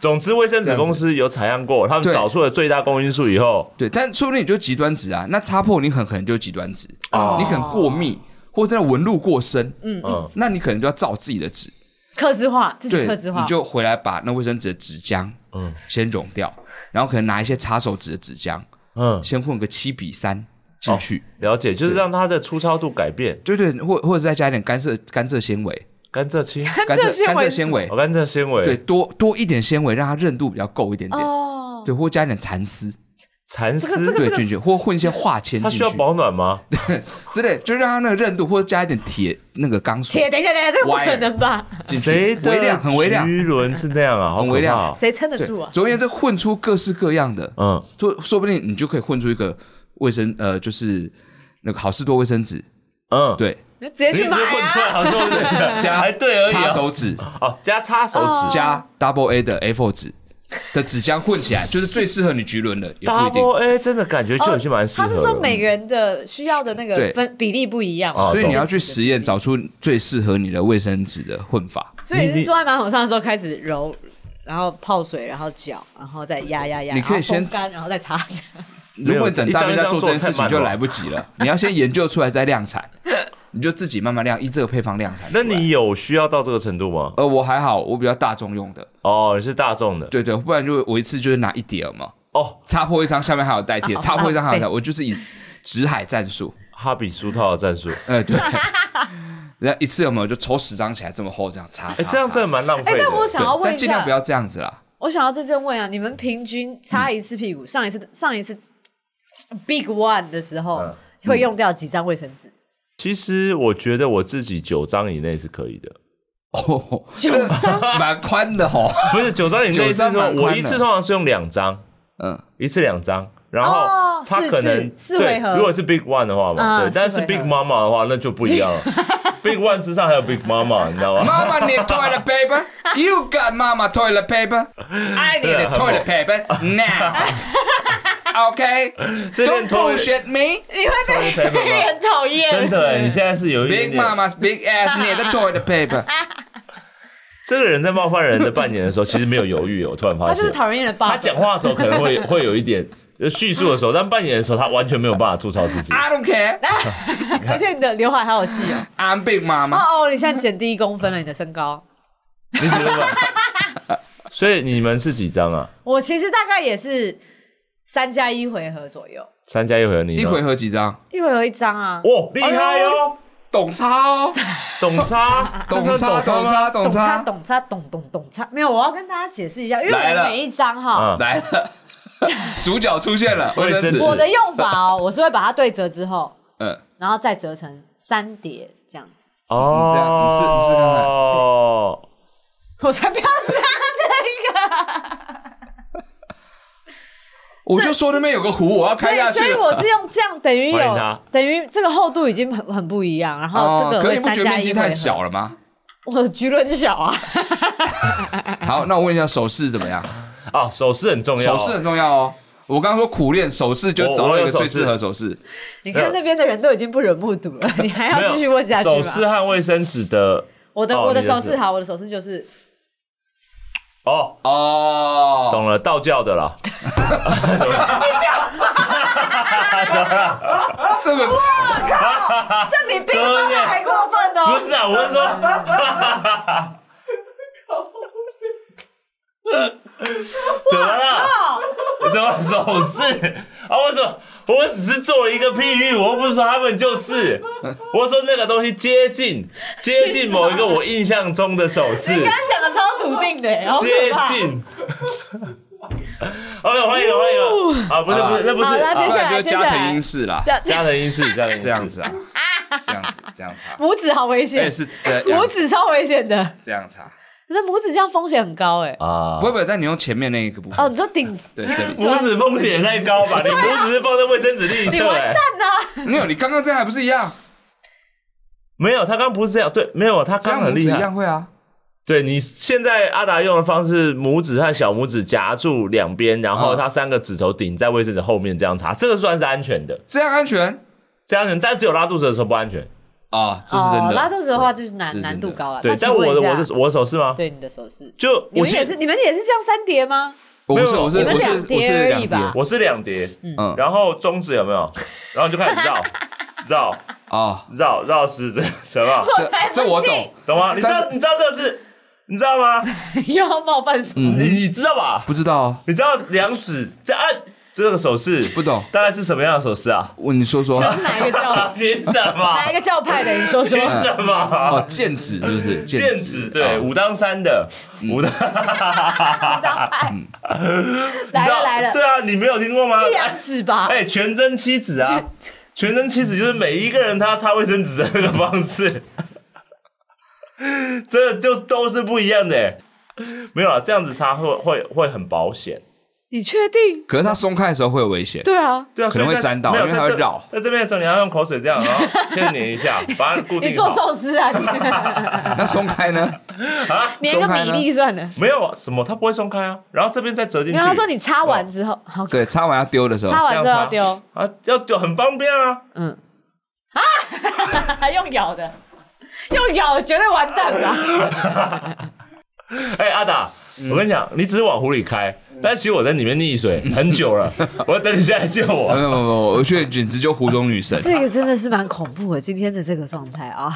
Speaker 3: 总之卫生纸公司有采样过，他们
Speaker 1: 对
Speaker 3: 找出了最大公因数以后，
Speaker 1: 对，但说不定你就极端值啊，那擦破你很可能就极端值，你可能过密或者纹路过深，嗯
Speaker 3: 哦嗯，
Speaker 1: 那你可能就要照自己的纸，
Speaker 2: 克制化，自己
Speaker 1: 对，
Speaker 2: 克制化
Speaker 1: 你。就回来把那卫生纸的纸浆，嗯，先溶掉，然后可能拿一些擦手纸的纸浆，
Speaker 3: 嗯，
Speaker 1: 先混个七比三进去，
Speaker 3: 了解，就是让它的粗糙度改变。
Speaker 1: 对对，或或者再加一点甘蔗甘蔗纤维，
Speaker 3: 甘蔗青，
Speaker 1: 甘
Speaker 2: 蔗
Speaker 1: 蔗
Speaker 2: 纤
Speaker 1: 甘蔗
Speaker 2: 维是
Speaker 1: 纤
Speaker 2: 什么
Speaker 1: 维
Speaker 3: 哦，，甘蔗纤
Speaker 1: 对，
Speaker 3: 维，
Speaker 1: 多多一点纤维，让它韧度比较够一点点。
Speaker 2: 哦，
Speaker 1: 对，或加一点蚕丝，
Speaker 3: 蚕
Speaker 2: 这
Speaker 3: 丝
Speaker 2: 个，
Speaker 1: 对进去，或混一些化纤
Speaker 3: 它
Speaker 1: 进
Speaker 3: 需要
Speaker 1: 去
Speaker 3: 保暖吗？
Speaker 1: 之类，就让它那个韧度，或者加一点铁那个钢索
Speaker 2: 铁，等一下，等一下，这个不可能吧？
Speaker 1: 进去
Speaker 3: 谁的
Speaker 1: 微量，很微 量，
Speaker 3: 菊轮是那样啊，好
Speaker 1: 很
Speaker 3: 可
Speaker 1: 微量
Speaker 3: 怕哦。
Speaker 2: 谁撑得
Speaker 1: 对
Speaker 2: 住啊，？
Speaker 1: 总而言之，混出各式各样的，
Speaker 3: 嗯，
Speaker 1: 说说不定你就可以混出一个卫生，呃，就是那个好事多卫生纸，
Speaker 3: 嗯，，
Speaker 1: 对，
Speaker 2: 你就直接
Speaker 3: 你
Speaker 2: 去
Speaker 3: 直
Speaker 2: 买
Speaker 3: 接混出来，
Speaker 2: 啊！
Speaker 3: 好像不对？
Speaker 1: 加
Speaker 3: 还对而已啊
Speaker 1: 擦手纸
Speaker 3: 哦，加擦手指
Speaker 1: 加 double A 的 A4 纸的纸浆混起来，就是最适合你菊轮的，也不一定。
Speaker 3: ，double A 真的感觉就已经蛮适
Speaker 2: 哦他
Speaker 3: 合
Speaker 2: 是说
Speaker 3: 了。
Speaker 2: 每个人的需要的那个
Speaker 1: 对
Speaker 2: 分比例不一样，
Speaker 3: 哦
Speaker 1: 所以你
Speaker 3: 懂
Speaker 1: 要去实验，找出最适合你的卫生纸的混法。
Speaker 2: 所以
Speaker 3: 你
Speaker 2: 是
Speaker 3: 你
Speaker 2: 坐在马桶上的时候开始揉，然后泡水，然后搅，然后再压压压，
Speaker 1: 你可以
Speaker 2: 然后风
Speaker 1: 先
Speaker 2: 干，然后再 擦。哎
Speaker 1: 如果你等大家在做这件事情，
Speaker 3: 一张一张做太慢了
Speaker 1: 就来不及了。你要先研究出来再量产，你就自己慢慢量，依这个配方量产出
Speaker 3: 那
Speaker 1: 来。
Speaker 3: 你有需要到这个程度吗？
Speaker 1: 呃，我还好，我比较大众用的，
Speaker 3: 哦，你是大众的
Speaker 1: 对对，不然就我一次就是拿一叠嘛，
Speaker 3: 哦，
Speaker 1: 擦破一张，下面还有代替，擦破一张还有代
Speaker 2: 浪
Speaker 1: 替，我就是以直海战术，
Speaker 3: 哈比苏套的战术，
Speaker 1: 呃，对，然后一次有没有就抽十张起来这么厚这样擦， 擦
Speaker 3: 哎，这样
Speaker 1: 擦
Speaker 3: 真的蛮浪
Speaker 2: 哎
Speaker 3: 费，的
Speaker 2: 但。我想
Speaker 1: 对
Speaker 2: 要问
Speaker 1: 但
Speaker 2: 一
Speaker 1: 尽量
Speaker 2: 下
Speaker 1: 不，要这样子啦。
Speaker 2: 我想要在这问啊，你们平均擦一次
Speaker 1: 嗯
Speaker 2: 屁股，上一次上一次 big one 的时候
Speaker 3: 嗯，
Speaker 2: 会用掉几张卫生纸？
Speaker 1: 嗯
Speaker 3: 其实我觉得我自己九张以内是可以的，
Speaker 1: 哦，
Speaker 2: 九张
Speaker 1: 蛮宽的哦，
Speaker 3: 不是九张以内
Speaker 1: 九
Speaker 3: 是
Speaker 1: 张
Speaker 3: 说
Speaker 1: 蛮
Speaker 3: 我
Speaker 1: 宽
Speaker 3: 一
Speaker 1: 的
Speaker 3: 次通常是用两张，
Speaker 1: 嗯，
Speaker 3: 一次两张。然
Speaker 2: 哦
Speaker 3: 后他可
Speaker 2: 四
Speaker 3: 能
Speaker 2: 次四
Speaker 3: 对
Speaker 2: 回合
Speaker 3: 如果是 Big One 的话嘛，
Speaker 2: 啊
Speaker 3: 对，但
Speaker 2: 四
Speaker 3: 是
Speaker 2: 回合
Speaker 3: Big Mama 的话，那就不一样了。Big One 之上还有 Big Mama，你知道吗？
Speaker 1: 妈妈你 toilet paper，you got 妈妈 toilet paper，I need a 哎 toilet paper now。OK，
Speaker 3: 这边
Speaker 1: don't
Speaker 3: toilet-
Speaker 1: bullshit me。
Speaker 2: 你会被
Speaker 3: Toilet paper 吗
Speaker 2: 被人讨厌。
Speaker 3: 真的欸，你现在是有一
Speaker 1: Big
Speaker 3: 点点，
Speaker 1: mama's big ass need a toilet paper。
Speaker 3: 这个人在冒犯人的扮演的时候，其实没有犹豫哦。我突然发
Speaker 2: 他
Speaker 3: 现，
Speaker 2: 就是讨人厌的爸
Speaker 3: 他
Speaker 2: 爸。
Speaker 3: 讲话的时候可能会 会有一点就叙述的时候，但扮演的时候他完全没有办法吐槽自己。
Speaker 1: I don't care。
Speaker 2: 而且你的刘海好有细 哦。
Speaker 1: I'm big
Speaker 2: 哦
Speaker 1: mama。
Speaker 2: 哦，你现在减低一公分了，你的身高。
Speaker 3: 你觉得吗？ 所以你们是几张啊？
Speaker 2: 我其实大概也是三加一回合左右，
Speaker 3: 三加一回合，你呢
Speaker 1: 一回合哎几张？
Speaker 2: 一回合一张啊。
Speaker 3: 哇，厉害哦，
Speaker 1: 懂差哦，
Speaker 3: 懂差，
Speaker 1: 懂
Speaker 3: 这
Speaker 1: 差，
Speaker 3: 算
Speaker 1: 懂
Speaker 3: 吗。
Speaker 1: 差，懂
Speaker 2: 懂擦
Speaker 1: 差。
Speaker 2: 懂擦懂懂懂擦，没有，我要跟大家解释一下，因为
Speaker 1: 来
Speaker 2: 我
Speaker 1: 了
Speaker 2: 每一张哈，
Speaker 3: 嗯
Speaker 1: 来 了，主角出现了，卫生
Speaker 3: 卫生
Speaker 1: 纸
Speaker 3: 纸。
Speaker 2: 我的用法哦，我是会把它对折之后，
Speaker 1: 嗯，
Speaker 2: 然后再折成三叠这样子。
Speaker 1: 你这样你试你试看看
Speaker 3: 哦，
Speaker 2: 我才不要擦这个，
Speaker 1: 我就说那边有个湖，我要
Speaker 2: 所
Speaker 1: 开下
Speaker 2: 以
Speaker 1: 去了。
Speaker 2: 所以我是用这样，等于
Speaker 3: 欢迎他
Speaker 2: 有等于这个厚度已经很很不一样，然后这
Speaker 1: 哦，
Speaker 2: 个
Speaker 1: 可
Speaker 2: 会
Speaker 1: 你不
Speaker 2: 三
Speaker 1: 觉得
Speaker 2: 加
Speaker 1: 面
Speaker 2: 一
Speaker 1: 积
Speaker 2: 回
Speaker 1: 太
Speaker 2: 合。
Speaker 1: 小了吗？
Speaker 2: 我的局论 小啊，
Speaker 1: 好，那我问一下手势怎么 样？
Speaker 3: 啊，手势很重要
Speaker 1: 手
Speaker 3: 哦，
Speaker 1: 势很重要哦。我刚刚说苦练手势，就找到一个最适合手势。
Speaker 2: 你
Speaker 3: 没有
Speaker 2: 看那边的人都已经不忍目睹了，你还要继续问下去
Speaker 1: 啊
Speaker 3: 手势
Speaker 2: 吗？
Speaker 3: 和卫生纸的
Speaker 2: 我的
Speaker 3: 哦
Speaker 2: 我的
Speaker 3: 你的
Speaker 2: 手
Speaker 3: 是
Speaker 2: 势好，我的手势就是
Speaker 3: 哦，
Speaker 1: 哦，
Speaker 3: 懂了，道教 的啦。
Speaker 1: 这个
Speaker 2: 这比冰棒
Speaker 1: 啊
Speaker 2: 的还过分
Speaker 3: 不
Speaker 2: 哦！
Speaker 3: 是啊，我 是说，怎么了？怎么手势啊？我说，我只是做了一个譬喻，我又不是说他们 就是，我说那个东西接近接近某一个我印象中的手势，
Speaker 2: 你刚刚讲的超笃定的，好可
Speaker 3: 接
Speaker 2: 怕。
Speaker 3: 近。OK，换一个，换一个啊！不是不是，那不是
Speaker 2: 好那接
Speaker 1: 不
Speaker 2: 下来
Speaker 3: 啊
Speaker 1: 然就是
Speaker 2: 接下
Speaker 1: 加
Speaker 2: 来
Speaker 1: 藤英式啦，
Speaker 2: 这样
Speaker 3: 加藤英式，加藤英式
Speaker 1: 这样子啊， 这样子这样擦，
Speaker 2: 拇指好危
Speaker 1: 而且
Speaker 3: 哎
Speaker 2: 险，
Speaker 1: 是这样
Speaker 2: 拇指超危险的，
Speaker 1: 这样啊擦，
Speaker 2: 那拇指这样风险很高哎。
Speaker 3: 啊
Speaker 1: 不会不会，但你用前面那一个部
Speaker 2: 哦，
Speaker 1: 分，
Speaker 2: 你说顶，
Speaker 1: 对，这里
Speaker 3: 拇指风险太高吧？你
Speaker 1: 啊
Speaker 3: 拇指是放在卫生纸另一
Speaker 2: 你
Speaker 3: 侧、
Speaker 2: 完
Speaker 3: 欸
Speaker 2: 蛋，啦！
Speaker 1: 没有，你刚刚这样还不是一样，
Speaker 3: 没有，他刚不是这样，对，没有，他
Speaker 1: 这
Speaker 3: 刚
Speaker 1: 样拇
Speaker 3: 很
Speaker 1: 指
Speaker 3: 厉
Speaker 1: 一
Speaker 3: 害
Speaker 1: 样。会啊，
Speaker 3: 对你现在阿达用的方式，拇指和小拇指夹住两边，然
Speaker 1: 啊
Speaker 3: 后他三个指头顶在卫生纸后面这样擦，这个算是安全的，
Speaker 1: 这样安全
Speaker 3: 这样安全，但只有拉肚子的时候不安全。
Speaker 1: 啊，这是真
Speaker 2: 哦
Speaker 1: 的。
Speaker 2: 拉肚子的话就是难
Speaker 1: 这是真的
Speaker 2: 难度高啊。
Speaker 3: 对
Speaker 2: 那，请
Speaker 3: 但我
Speaker 2: 问
Speaker 3: 的
Speaker 2: 一下
Speaker 3: 我的我的手势吗？
Speaker 2: 对你的手势，
Speaker 3: 就
Speaker 2: 你
Speaker 3: 我
Speaker 2: 们也
Speaker 3: 现
Speaker 2: 是你们也是这样三叠吗？
Speaker 1: 我不是
Speaker 3: 没有
Speaker 1: 我是
Speaker 3: 你
Speaker 2: 们
Speaker 1: 我是
Speaker 2: 两
Speaker 1: 我
Speaker 2: 叠
Speaker 1: 是
Speaker 2: 而
Speaker 1: 两
Speaker 2: 已
Speaker 1: 叠，
Speaker 2: 吧
Speaker 3: 我是两叠，
Speaker 1: 嗯，
Speaker 3: 然后中指有没有？然后就开始绕绕
Speaker 1: 哦，
Speaker 3: 绕绕十指， 什么？
Speaker 1: 这这我懂，
Speaker 3: 懂吗？你知道
Speaker 1: 但
Speaker 3: 你知道这个是，你知道吗？
Speaker 2: 又要冒犯什么？
Speaker 3: 你知道吧？
Speaker 1: 不知道哦
Speaker 3: 你知道两指在按这个手势
Speaker 1: 不懂，
Speaker 3: 大概是什么样的手势啊？
Speaker 1: 我你说说
Speaker 2: 是哪一个教
Speaker 3: 凭什么
Speaker 2: 嗯哪一？个教派的？你说说。
Speaker 3: 凭什么
Speaker 1: 哦？，剑指是不是？
Speaker 3: 嗯剑指对
Speaker 1: 哦
Speaker 3: 武当山的武当，
Speaker 2: 当派 来了来了，
Speaker 3: 对啊，你没有听过吗？
Speaker 2: 一两指吧。
Speaker 3: 哎，全真七指啊，全真七指就是每一个人他擦卫生纸的那个方式， 这就都是不一样的欸。没有啊，这样子擦会会会很保险。
Speaker 2: 你确定？
Speaker 1: 可是它松开的时候会有危险，
Speaker 2: 对啊，
Speaker 3: 对啊，
Speaker 1: 可能
Speaker 3: 所以
Speaker 1: 会
Speaker 3: 在
Speaker 1: 沾到
Speaker 3: 没有
Speaker 1: 因为
Speaker 3: 在
Speaker 1: 它会
Speaker 3: 这
Speaker 1: 绕
Speaker 3: 在这边的时候，你要用口水这样， 然后先粘一下，把它固定好。
Speaker 2: 你 做寿司啊？
Speaker 1: 那松开 呢？
Speaker 2: 你连个米粒算了。
Speaker 3: 没有啊，什么？它不会松开啊，然后这边再折进去。哦
Speaker 2: 因为他说你擦完之后，好，
Speaker 1: 对，擦完要丢的时候，
Speaker 2: 擦完
Speaker 3: 这样
Speaker 2: 之后要
Speaker 3: 擦
Speaker 2: 丢，
Speaker 3: 啊，要丢很方便啊。
Speaker 2: 嗯，啊，还用咬的，用咬的绝对完蛋了。
Speaker 3: 哎、阿达，
Speaker 1: 嗯
Speaker 3: 我跟你讲，你只是往湖里开，但其实我在里面溺水很 久了，我等你下来救
Speaker 1: 哦没
Speaker 3: 我。
Speaker 1: 有没有没有，我觉得简直就湖中女神。
Speaker 2: 这个真的是蛮恐怖的，今天的这个状态 啊，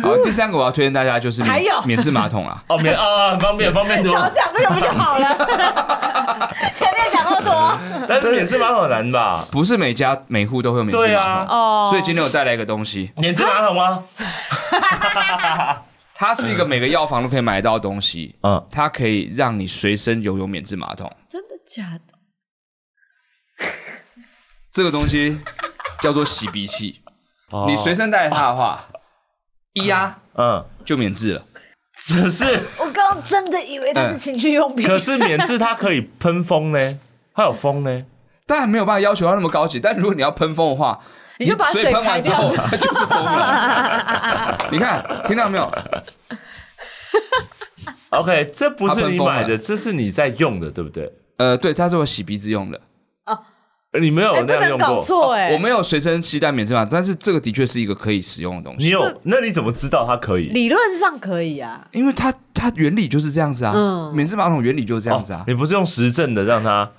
Speaker 1: 好，第三个我要推荐大家就是
Speaker 2: 还
Speaker 1: 免
Speaker 2: 有
Speaker 1: 免治马桶啦，
Speaker 3: 哦，免啊，很方便，方便多。
Speaker 2: 少讲这个不就好 了？前面讲那么多，
Speaker 3: 但是免治马桶很难吧？
Speaker 1: 不是每家每户都会有免治
Speaker 3: 对
Speaker 1: 马
Speaker 3: 啊
Speaker 1: 桶，
Speaker 2: 哦
Speaker 1: 所以今天我带来一个东西，
Speaker 3: 免治马桶吗？
Speaker 1: 它是一个每个药房都可以买到的东西，
Speaker 3: 嗯，
Speaker 1: 它可以让你随身拥有免治马桶，
Speaker 2: 真的假的？
Speaker 1: 这个东 西叫做洗鼻器，
Speaker 3: 哦
Speaker 1: 你随身带着它的话，
Speaker 2: 嗯
Speaker 1: 一压
Speaker 3: 嗯，
Speaker 1: 就免治了。
Speaker 3: 只是
Speaker 2: 我刚刚真的以为它是情趣用品，
Speaker 3: 可是免治它可以喷风呢，它有风呢。
Speaker 1: 当然没有办法要求它那么高级，但如果你要喷风的话，
Speaker 2: 你就把
Speaker 1: 水
Speaker 2: 水
Speaker 1: 喷
Speaker 2: 排
Speaker 1: 完之
Speaker 2: 掉
Speaker 1: 后，它 就是风了。 你看，听到没有？
Speaker 3: OK，这不
Speaker 1: 它
Speaker 3: 是
Speaker 1: 喷
Speaker 3: 你
Speaker 1: 风啊
Speaker 3: 买
Speaker 1: 了
Speaker 3: 的，这是你在用的，对不对？
Speaker 1: 呃，对，它是我洗鼻子用的。
Speaker 3: 你没有
Speaker 2: 哎，不
Speaker 3: 那样
Speaker 2: 能
Speaker 3: 用
Speaker 2: 搞
Speaker 3: 过。
Speaker 2: 错哎，
Speaker 1: 哦我没有随身携带免治马桶，但是这个的确是一个可以使用的东
Speaker 3: 你
Speaker 1: 西，
Speaker 3: 有？那你怎么知道它可以？
Speaker 2: 理论上可以啊，
Speaker 1: 因为它它原理就是这样子啊，
Speaker 2: 嗯
Speaker 1: 免治马桶原理就是这样子啊
Speaker 3: 哦。你不是用实证的让它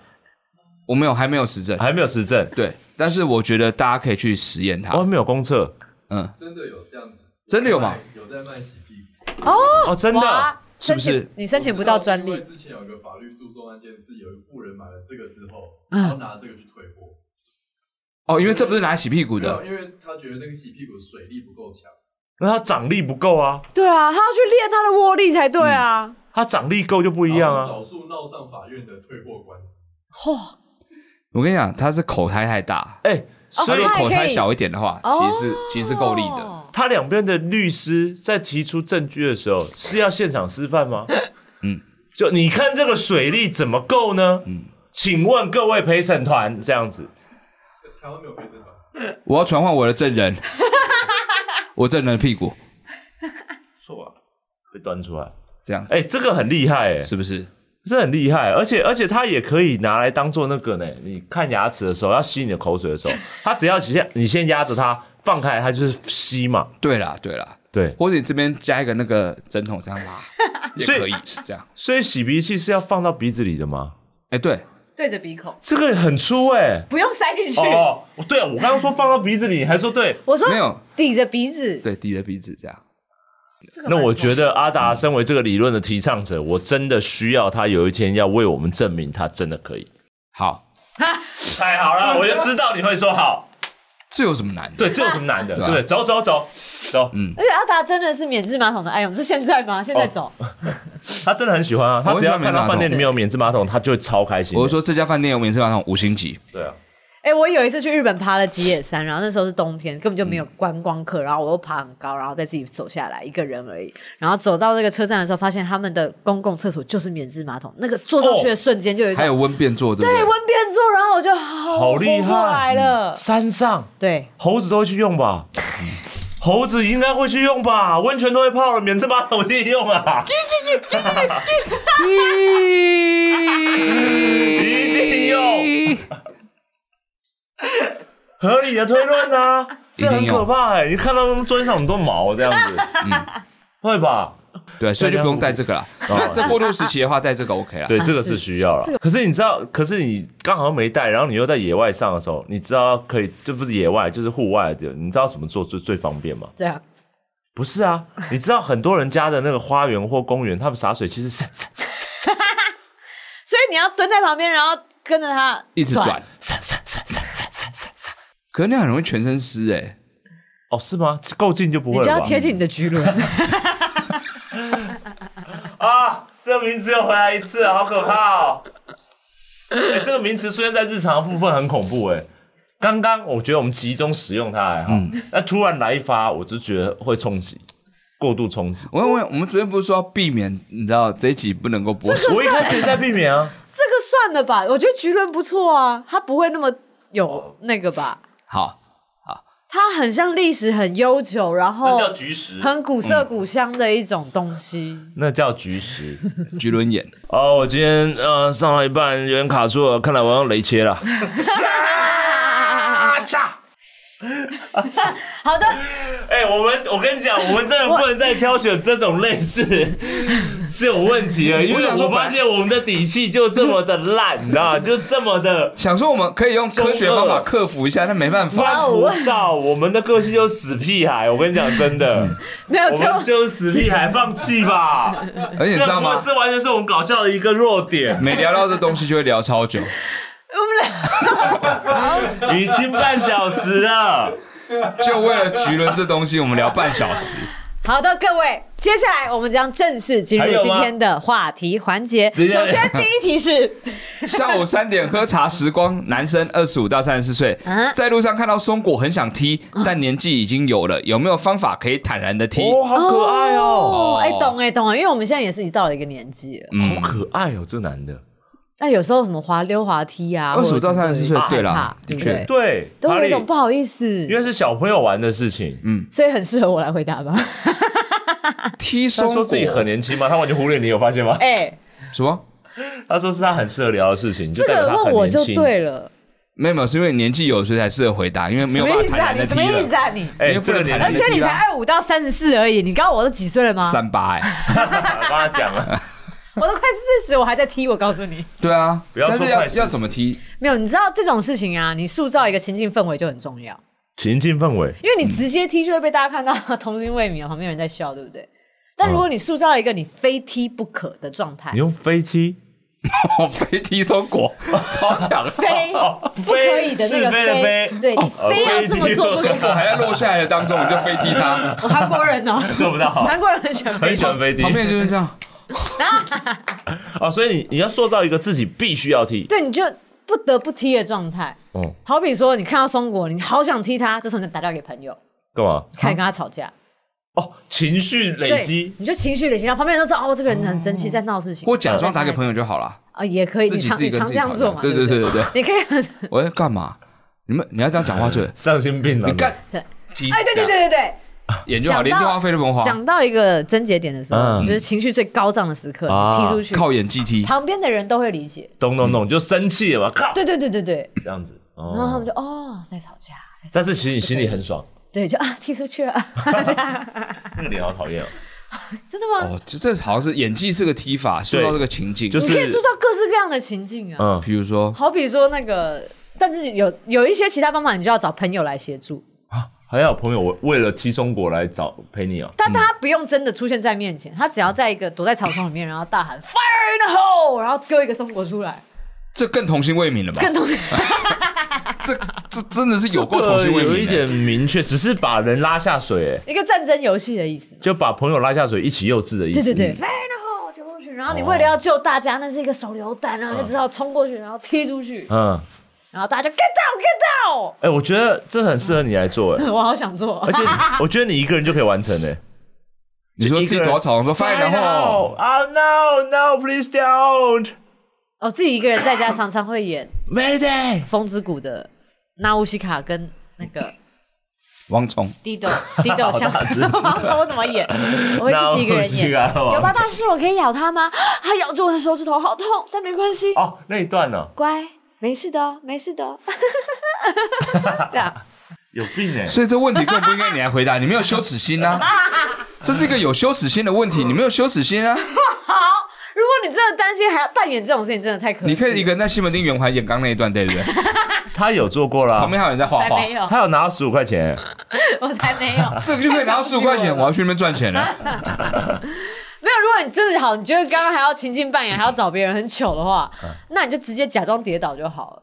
Speaker 1: 我没有还没有实证，
Speaker 3: 还没有实证，哦
Speaker 1: 对，但是我觉得大家可以去实验它
Speaker 3: 我。还没有公测
Speaker 1: 嗯，
Speaker 4: 真的有这样子，
Speaker 1: 真的有吗？
Speaker 4: 有在卖洗屁股，
Speaker 3: 哦，真的
Speaker 2: 哇，
Speaker 1: 是不是
Speaker 2: 申请你申请不到专
Speaker 4: 我知
Speaker 2: 利
Speaker 4: 道因？为之前有一个法律诉讼案件，是有一户人买了这个之后，
Speaker 2: 嗯
Speaker 4: 然后拿这个去退货，
Speaker 1: 哦，因为这不是拿来洗屁股
Speaker 4: 没有，
Speaker 1: 的，
Speaker 4: 因为他觉得那个洗屁股水力不够强，
Speaker 3: 那它掌力不够啊，
Speaker 2: 对啊，他要去练他的握力才对啊。
Speaker 3: 它掌力够就不
Speaker 4: 不
Speaker 3: 一样啊。
Speaker 4: 少数闹上法院的退货官司，
Speaker 2: 嚯，
Speaker 1: 我跟你讲，它是口胎太大，
Speaker 3: 哎，所
Speaker 1: 它
Speaker 3: 以
Speaker 1: 如
Speaker 2: 哦
Speaker 1: 果口
Speaker 2: 它还
Speaker 1: 胎
Speaker 2: 可以
Speaker 1: 小一点的话，嗯其实是其实是够力的。
Speaker 2: 哦。
Speaker 3: 他两边的律师在提出证据的时候，是要现场示范吗？嗯，就你看这个水力怎么够呢？嗯，请问各位陪审团这样子，
Speaker 4: 台湾没有陪审团，
Speaker 1: 我要传唤我的证 人，我证人的屁股
Speaker 3: 错啊，会端出来。
Speaker 1: 这样子，
Speaker 3: 哎，这个很厉害哎，
Speaker 1: 是不是？
Speaker 3: 这很厉害，而且而且它也可以拿来当做那个呢，你看牙齿的时候要吸你的口水的时候，它只要先你先压着它放开，它就是吸嘛。
Speaker 1: 对啦，对啦，
Speaker 3: 对，
Speaker 1: 或者你这边加一个那个针筒这样拉，也
Speaker 3: 所以
Speaker 1: 可以是这样。
Speaker 3: 所以洗鼻器是要放到鼻子里的吗？
Speaker 1: 哎，对，
Speaker 2: 对着鼻孔，
Speaker 3: 这个很粗 哎、
Speaker 2: 不用塞进去。
Speaker 3: 哦，对，我刚刚说放到鼻子里，你还说对。
Speaker 2: 我说
Speaker 1: 没有
Speaker 2: 抵着鼻子，
Speaker 1: 对，抵着鼻子这样。
Speaker 2: 这个
Speaker 3: 那
Speaker 2: 蛮
Speaker 3: 我
Speaker 2: 重
Speaker 3: 觉得阿达身为这个理论的提倡者，我真的需要他有一天要为我们证明他真的可以。
Speaker 1: 好，
Speaker 3: 太好了，我就知道你会说好。
Speaker 1: 这有什么难的？
Speaker 3: 对，这有什么难的？对
Speaker 1: 对啊
Speaker 3: 不对？走走走走，嗯，
Speaker 2: 而且阿达真的是免治马桶的爱用，是现在吗？现在走，
Speaker 3: 哦他真的很喜欢啊。他只要看到饭店里面有免治马桶，他就会超开心的。
Speaker 1: 我是说这家饭店有免治马桶五星级，
Speaker 3: 对啊，
Speaker 2: 哎、我有一次去日本爬了吉野山，然后那时候是冬天，根本就没有观光客，然后我又爬很高，然后再自己走下来，一个人而已。然后走到那个车站的时候，发现他们的公共厕所就是免治马桶，那个坐上去的瞬间就有一种、
Speaker 1: 还有温变座，对不
Speaker 2: 对
Speaker 1: 对？
Speaker 2: 温变座，然后我就好
Speaker 3: 好厉
Speaker 2: 活过来
Speaker 3: 害
Speaker 2: 了。
Speaker 3: 山上
Speaker 2: 对，
Speaker 3: 猴子都会去用吧？猴子应该会去用吧？温泉都会泡了，免治马桶一定用啊！一定用，合理的推论 啊，这很可怕哎、你看到他们桌子上很多毛这样子，嗯会吧？
Speaker 1: 对，所以就不用带这个了。 那在过渡时期的话，带这个 OK 了。
Speaker 3: 对，
Speaker 2: 啊
Speaker 3: 这个
Speaker 2: 是
Speaker 3: 是需要了。 可是你知道，可是你刚好没带，然后你又在野外上的时候，你知道可以，这不是野外，就是户外的，你知道什么做最最方便吗？
Speaker 2: 这样
Speaker 3: 不是啊，你知道很多人家的那个花园或公园，他们洒水器 是闪闪闪
Speaker 2: 所以你要蹲在旁边，然后跟着他
Speaker 1: 一直转，
Speaker 3: 闪闪闪闪闪闪闪闪。
Speaker 1: 可是那样很容易全身湿哎。
Speaker 3: 哦，是吗？够近就不
Speaker 2: 你
Speaker 3: 会
Speaker 2: 就
Speaker 3: 了
Speaker 2: 要
Speaker 3: 吧？
Speaker 2: 贴近你的居轮。
Speaker 3: 啊，这个名词又回来一次，好可怕哦！ 哎、这个名词出现在日常的部分很恐怖哎、刚刚我觉得我们集中使用它还好，
Speaker 2: 嗯
Speaker 3: 那、突然来一发，我就觉得会冲击，过度冲击。
Speaker 1: 我我我们昨天不是说要避免，你知道这一集不能够播
Speaker 2: 啊
Speaker 1: 出，
Speaker 3: 我一开始也在避免啊，
Speaker 2: 这个算了吧，我觉得菊轮不错啊，它不会那么
Speaker 3: 哦
Speaker 2: 有那个吧，
Speaker 1: 好，
Speaker 2: 它很像历史很悠久，然后
Speaker 3: 那叫菊石，
Speaker 2: 哦很古色古香的一种东西。
Speaker 3: 那叫菊石。
Speaker 1: 菊轮眼，
Speaker 3: 哦，我今天呃上到一半有点卡住了，看来我要雷切 了。 炸！
Speaker 2: 好的，
Speaker 3: 哎、我们我跟你讲，我们真的不能再挑选这种类似这种问题了，因
Speaker 1: 我
Speaker 3: 为
Speaker 1: 想说
Speaker 3: 我
Speaker 1: 本来
Speaker 3: 发现我们的底气就这么的烂，你知道吗？就这么的
Speaker 1: 想说我们可以用科学方法克服一下，但没办
Speaker 2: 哇
Speaker 1: 法
Speaker 2: 哦。
Speaker 3: 看不到，我们的个性就是死屁孩。我跟你讲，真的，
Speaker 2: 没有
Speaker 3: 我
Speaker 2: 就
Speaker 3: 们就是死屁孩，放弃吧。
Speaker 1: 而且你
Speaker 3: 这
Speaker 1: 知道
Speaker 3: 不
Speaker 1: 吗？
Speaker 3: 这完全是我们搞笑的一个弱 点，
Speaker 1: 每聊到这东西就会聊超久，
Speaker 3: 已经半小时了。
Speaker 1: 就为了菊轮这东西，我们聊半小时。
Speaker 2: 好的，各位，接下来我们将正式进
Speaker 3: 还
Speaker 2: 入
Speaker 3: 有吗
Speaker 2: 今天的话题环节。
Speaker 3: 等一下
Speaker 2: 首先，第一题是
Speaker 1: 下午三点喝茶时光，男生二十五到三十四岁
Speaker 2: 啊，
Speaker 1: 在路上看到松果很想踢，但年纪已经有了，有没有方法可以坦然的踢？
Speaker 3: 哦， 好可爱哦，
Speaker 2: 哦，哎、懂哎、懂哎、因为我们现在也是到了一个年纪了。
Speaker 3: 好可爱哦，这男的。
Speaker 2: 那、有时候什么滑溜滑梯啊，
Speaker 1: 25
Speaker 2: 或者什么
Speaker 1: 到30岁
Speaker 2: 会
Speaker 1: 对啦
Speaker 2: 害怕对
Speaker 1: 的
Speaker 2: 不
Speaker 1: 确
Speaker 2: 对？
Speaker 3: 对，
Speaker 2: 都会有一
Speaker 3: 哈
Speaker 2: 种
Speaker 3: 利
Speaker 2: 不好意思
Speaker 3: 因，为是小朋友玩的事情，嗯，
Speaker 2: 所以很适合我来回答吧。
Speaker 1: 踢
Speaker 3: 他
Speaker 1: 松
Speaker 3: 说
Speaker 1: 果
Speaker 3: 自己很年轻嘛，他完全忽略你，有发现吗？
Speaker 2: 哎、
Speaker 1: 什么？
Speaker 3: 他说是他很适合聊的事情，就
Speaker 2: 这
Speaker 3: 代表
Speaker 2: 个
Speaker 3: 他很
Speaker 2: 问我
Speaker 3: 年
Speaker 2: 就
Speaker 3: 轻。
Speaker 2: 对了，
Speaker 1: 没有，没有，是因为年纪有，所以才适合回答，因为没
Speaker 2: 什
Speaker 1: 有
Speaker 2: 么
Speaker 1: 办
Speaker 2: 意
Speaker 1: 法
Speaker 2: 思
Speaker 1: 坦
Speaker 2: 啊？
Speaker 1: 然
Speaker 2: 你
Speaker 1: 的
Speaker 2: 什
Speaker 1: 踢
Speaker 2: 么意
Speaker 1: 了
Speaker 2: 思。啊？你，
Speaker 3: 哎、
Speaker 1: 因为不
Speaker 3: 这个
Speaker 1: 能
Speaker 3: 年
Speaker 1: 谈
Speaker 2: 而
Speaker 3: 纪
Speaker 2: 且你才
Speaker 1: 啊
Speaker 2: 二五到三十四而已，你刚刚我都几岁了吗？
Speaker 1: 三八 哎，
Speaker 3: 帮他讲啊了，
Speaker 2: 我都快四十，我还在踢，我告诉你。
Speaker 1: 对啊，
Speaker 3: 不要
Speaker 1: 但
Speaker 3: 说
Speaker 1: 是要
Speaker 3: 快四十
Speaker 1: 要怎么踢？
Speaker 2: 没有，你知道这种事情啊，你塑造一个情境氛围就很重要，
Speaker 3: 情境氛围，
Speaker 2: 因为你直接踢就会被大家看到童心未泯啊，旁边有人在笑，对不对？但如果你塑造了一个你非踢不可的状态
Speaker 3: 你，用飞踢，
Speaker 1: 哦，非踢松 果，超 强！
Speaker 2: 非不可以的那
Speaker 3: 是
Speaker 2: 个
Speaker 3: 哦非的非
Speaker 2: 对，你
Speaker 3: 哦
Speaker 2: 非要这么做不
Speaker 3: 非
Speaker 1: 松
Speaker 3: 踢
Speaker 1: 果
Speaker 2: 可。
Speaker 1: 还在落下来的当中，你就飞踢 它，
Speaker 2: 我韩国人哦，
Speaker 3: 做不到，
Speaker 2: 韩国人很喜欢
Speaker 3: 很
Speaker 2: 非
Speaker 3: 喜欢飞踢
Speaker 1: 旁边就是这 样。
Speaker 3: 哦，所以你你要塑造一个自己必须要踢，
Speaker 2: 对，你就不得不踢的状态。
Speaker 3: 嗯，
Speaker 2: 好比说，你看到松果，你好想踢他，这时候你就打电话给朋友，
Speaker 3: 干嘛？
Speaker 2: 开始跟他吵架。
Speaker 3: 哦，情绪累
Speaker 2: 对
Speaker 3: 积，，
Speaker 2: 你就情绪累积，然后旁边人都知道哦，这个人很生气，在闹事情。
Speaker 1: 我假装打给
Speaker 2: 友
Speaker 1: 朋友就好了，
Speaker 2: 啊，也可以，
Speaker 1: 自
Speaker 2: 你
Speaker 1: 己
Speaker 2: 常
Speaker 1: 自己
Speaker 2: 你
Speaker 1: 跟
Speaker 2: 常
Speaker 1: 自己
Speaker 2: 这
Speaker 1: 吵
Speaker 2: 样做
Speaker 1: 架。
Speaker 2: 嘛，
Speaker 1: 对
Speaker 2: 对
Speaker 1: 对对对对，
Speaker 2: 你可以 很
Speaker 1: 我在干嘛？你们你要这样讲话就
Speaker 3: 丧心病了，
Speaker 1: 你干，踢，
Speaker 2: 哎，对对
Speaker 1: 这样，
Speaker 2: 对对对，
Speaker 1: 演就好，
Speaker 2: 想
Speaker 1: 连
Speaker 2: 到
Speaker 1: 电话费都不用花，
Speaker 2: 想到一个症结点的时候，
Speaker 3: 嗯
Speaker 2: 就是情绪最高涨的时刻，
Speaker 3: 啊
Speaker 2: 你踢出去，
Speaker 1: 靠演技踢。
Speaker 2: 旁边的人都会理解。
Speaker 3: 咚咚咚就生气了嘛，靠，
Speaker 2: 对对对对对，
Speaker 1: 嗯
Speaker 3: 这样子，
Speaker 2: 然后他
Speaker 3: 哦
Speaker 2: 们，就哦在吵架，在吵
Speaker 3: 但是其实你心里很爽，
Speaker 2: 对，就啊踢出去了，
Speaker 3: 那个脸好讨厌哦，
Speaker 2: 啊真的吗？
Speaker 1: 哦，这这好像是演技是个踢法，塑造这个情境，
Speaker 3: 就
Speaker 2: 你
Speaker 3: 是
Speaker 2: 可以塑造各式各样的情境啊，
Speaker 3: 嗯，
Speaker 1: 比如说
Speaker 2: 好比说那个，但是有有一些其他方法，你就要找朋友来协助，
Speaker 3: 还有朋友，我为了踢中国来找陪你哦。
Speaker 2: 但他不用真的出现在面前，他只要在一个躲在草丛里面，然后大喊 “fire in the hole”，然后丢一个松果出来，
Speaker 1: 这更童心未泯了吧？
Speaker 2: 更多
Speaker 1: 这这真的是有够童心未泯、
Speaker 3: 有
Speaker 1: 的。
Speaker 3: 一点明确，只是把人拉下水，哎
Speaker 2: 一个战争游戏的意思。
Speaker 3: 就把朋友拉下水，一起幼稚的意思。哦
Speaker 2: 对对对，fire in the hole 丢出去，然后你为了要救大家，那是一个手榴弹，然后就只好冲过去，然后踢出去，
Speaker 3: 嗯，
Speaker 2: 然后大家就 get down get
Speaker 3: 哎，我觉得这很适合你来做，哎
Speaker 2: down，我好想做，啊
Speaker 3: 而且我觉得你一个人就可以完成，哎。
Speaker 1: 你说自己躲到草丛说 fire in the hole，
Speaker 3: 啊，no no please don't
Speaker 2: 我哦自己一个人在家常常会演
Speaker 3: mayday，
Speaker 2: 《风之谷》的纳乌西卡跟那个
Speaker 1: 王虫，
Speaker 2: 滴 豆滴豆相
Speaker 3: 大只
Speaker 2: 王虫，我怎 么演？我会自己一个
Speaker 1: 啊
Speaker 2: 人演。
Speaker 3: 纳乌西卡王虫
Speaker 2: 有吧，大师，我可以咬它吗？ 它咬住我的手指头，好痛，但没关系，
Speaker 3: 哦那一段呢
Speaker 2: 乖，没事的哦，没事的哦。 这样，
Speaker 3: 有病哎，
Speaker 1: 所以这问题更不应该你来回答，你没有羞耻心 啊！这是一个有羞耻心的问题，你没有羞耻心啊！
Speaker 2: 如果你真的担心还要扮演这种事情，真的太可惜。
Speaker 1: 你可以一个人在西门町圆环演刚那一段，对不 对？
Speaker 3: 他有做过啦
Speaker 1: 旁，边还有人在画
Speaker 2: 才
Speaker 1: 画，
Speaker 2: 啊没有，
Speaker 3: 他有拿到十五块钱，欸
Speaker 2: 我才没 有。
Speaker 1: 这个就可以拿到十五块 钱，我要去那边赚钱了。
Speaker 2: 没有，如果你真的好，你觉得刚刚还要情境扮演，还要找别人很糗的话，
Speaker 1: 嗯
Speaker 2: 那你就直接假装跌倒就好了。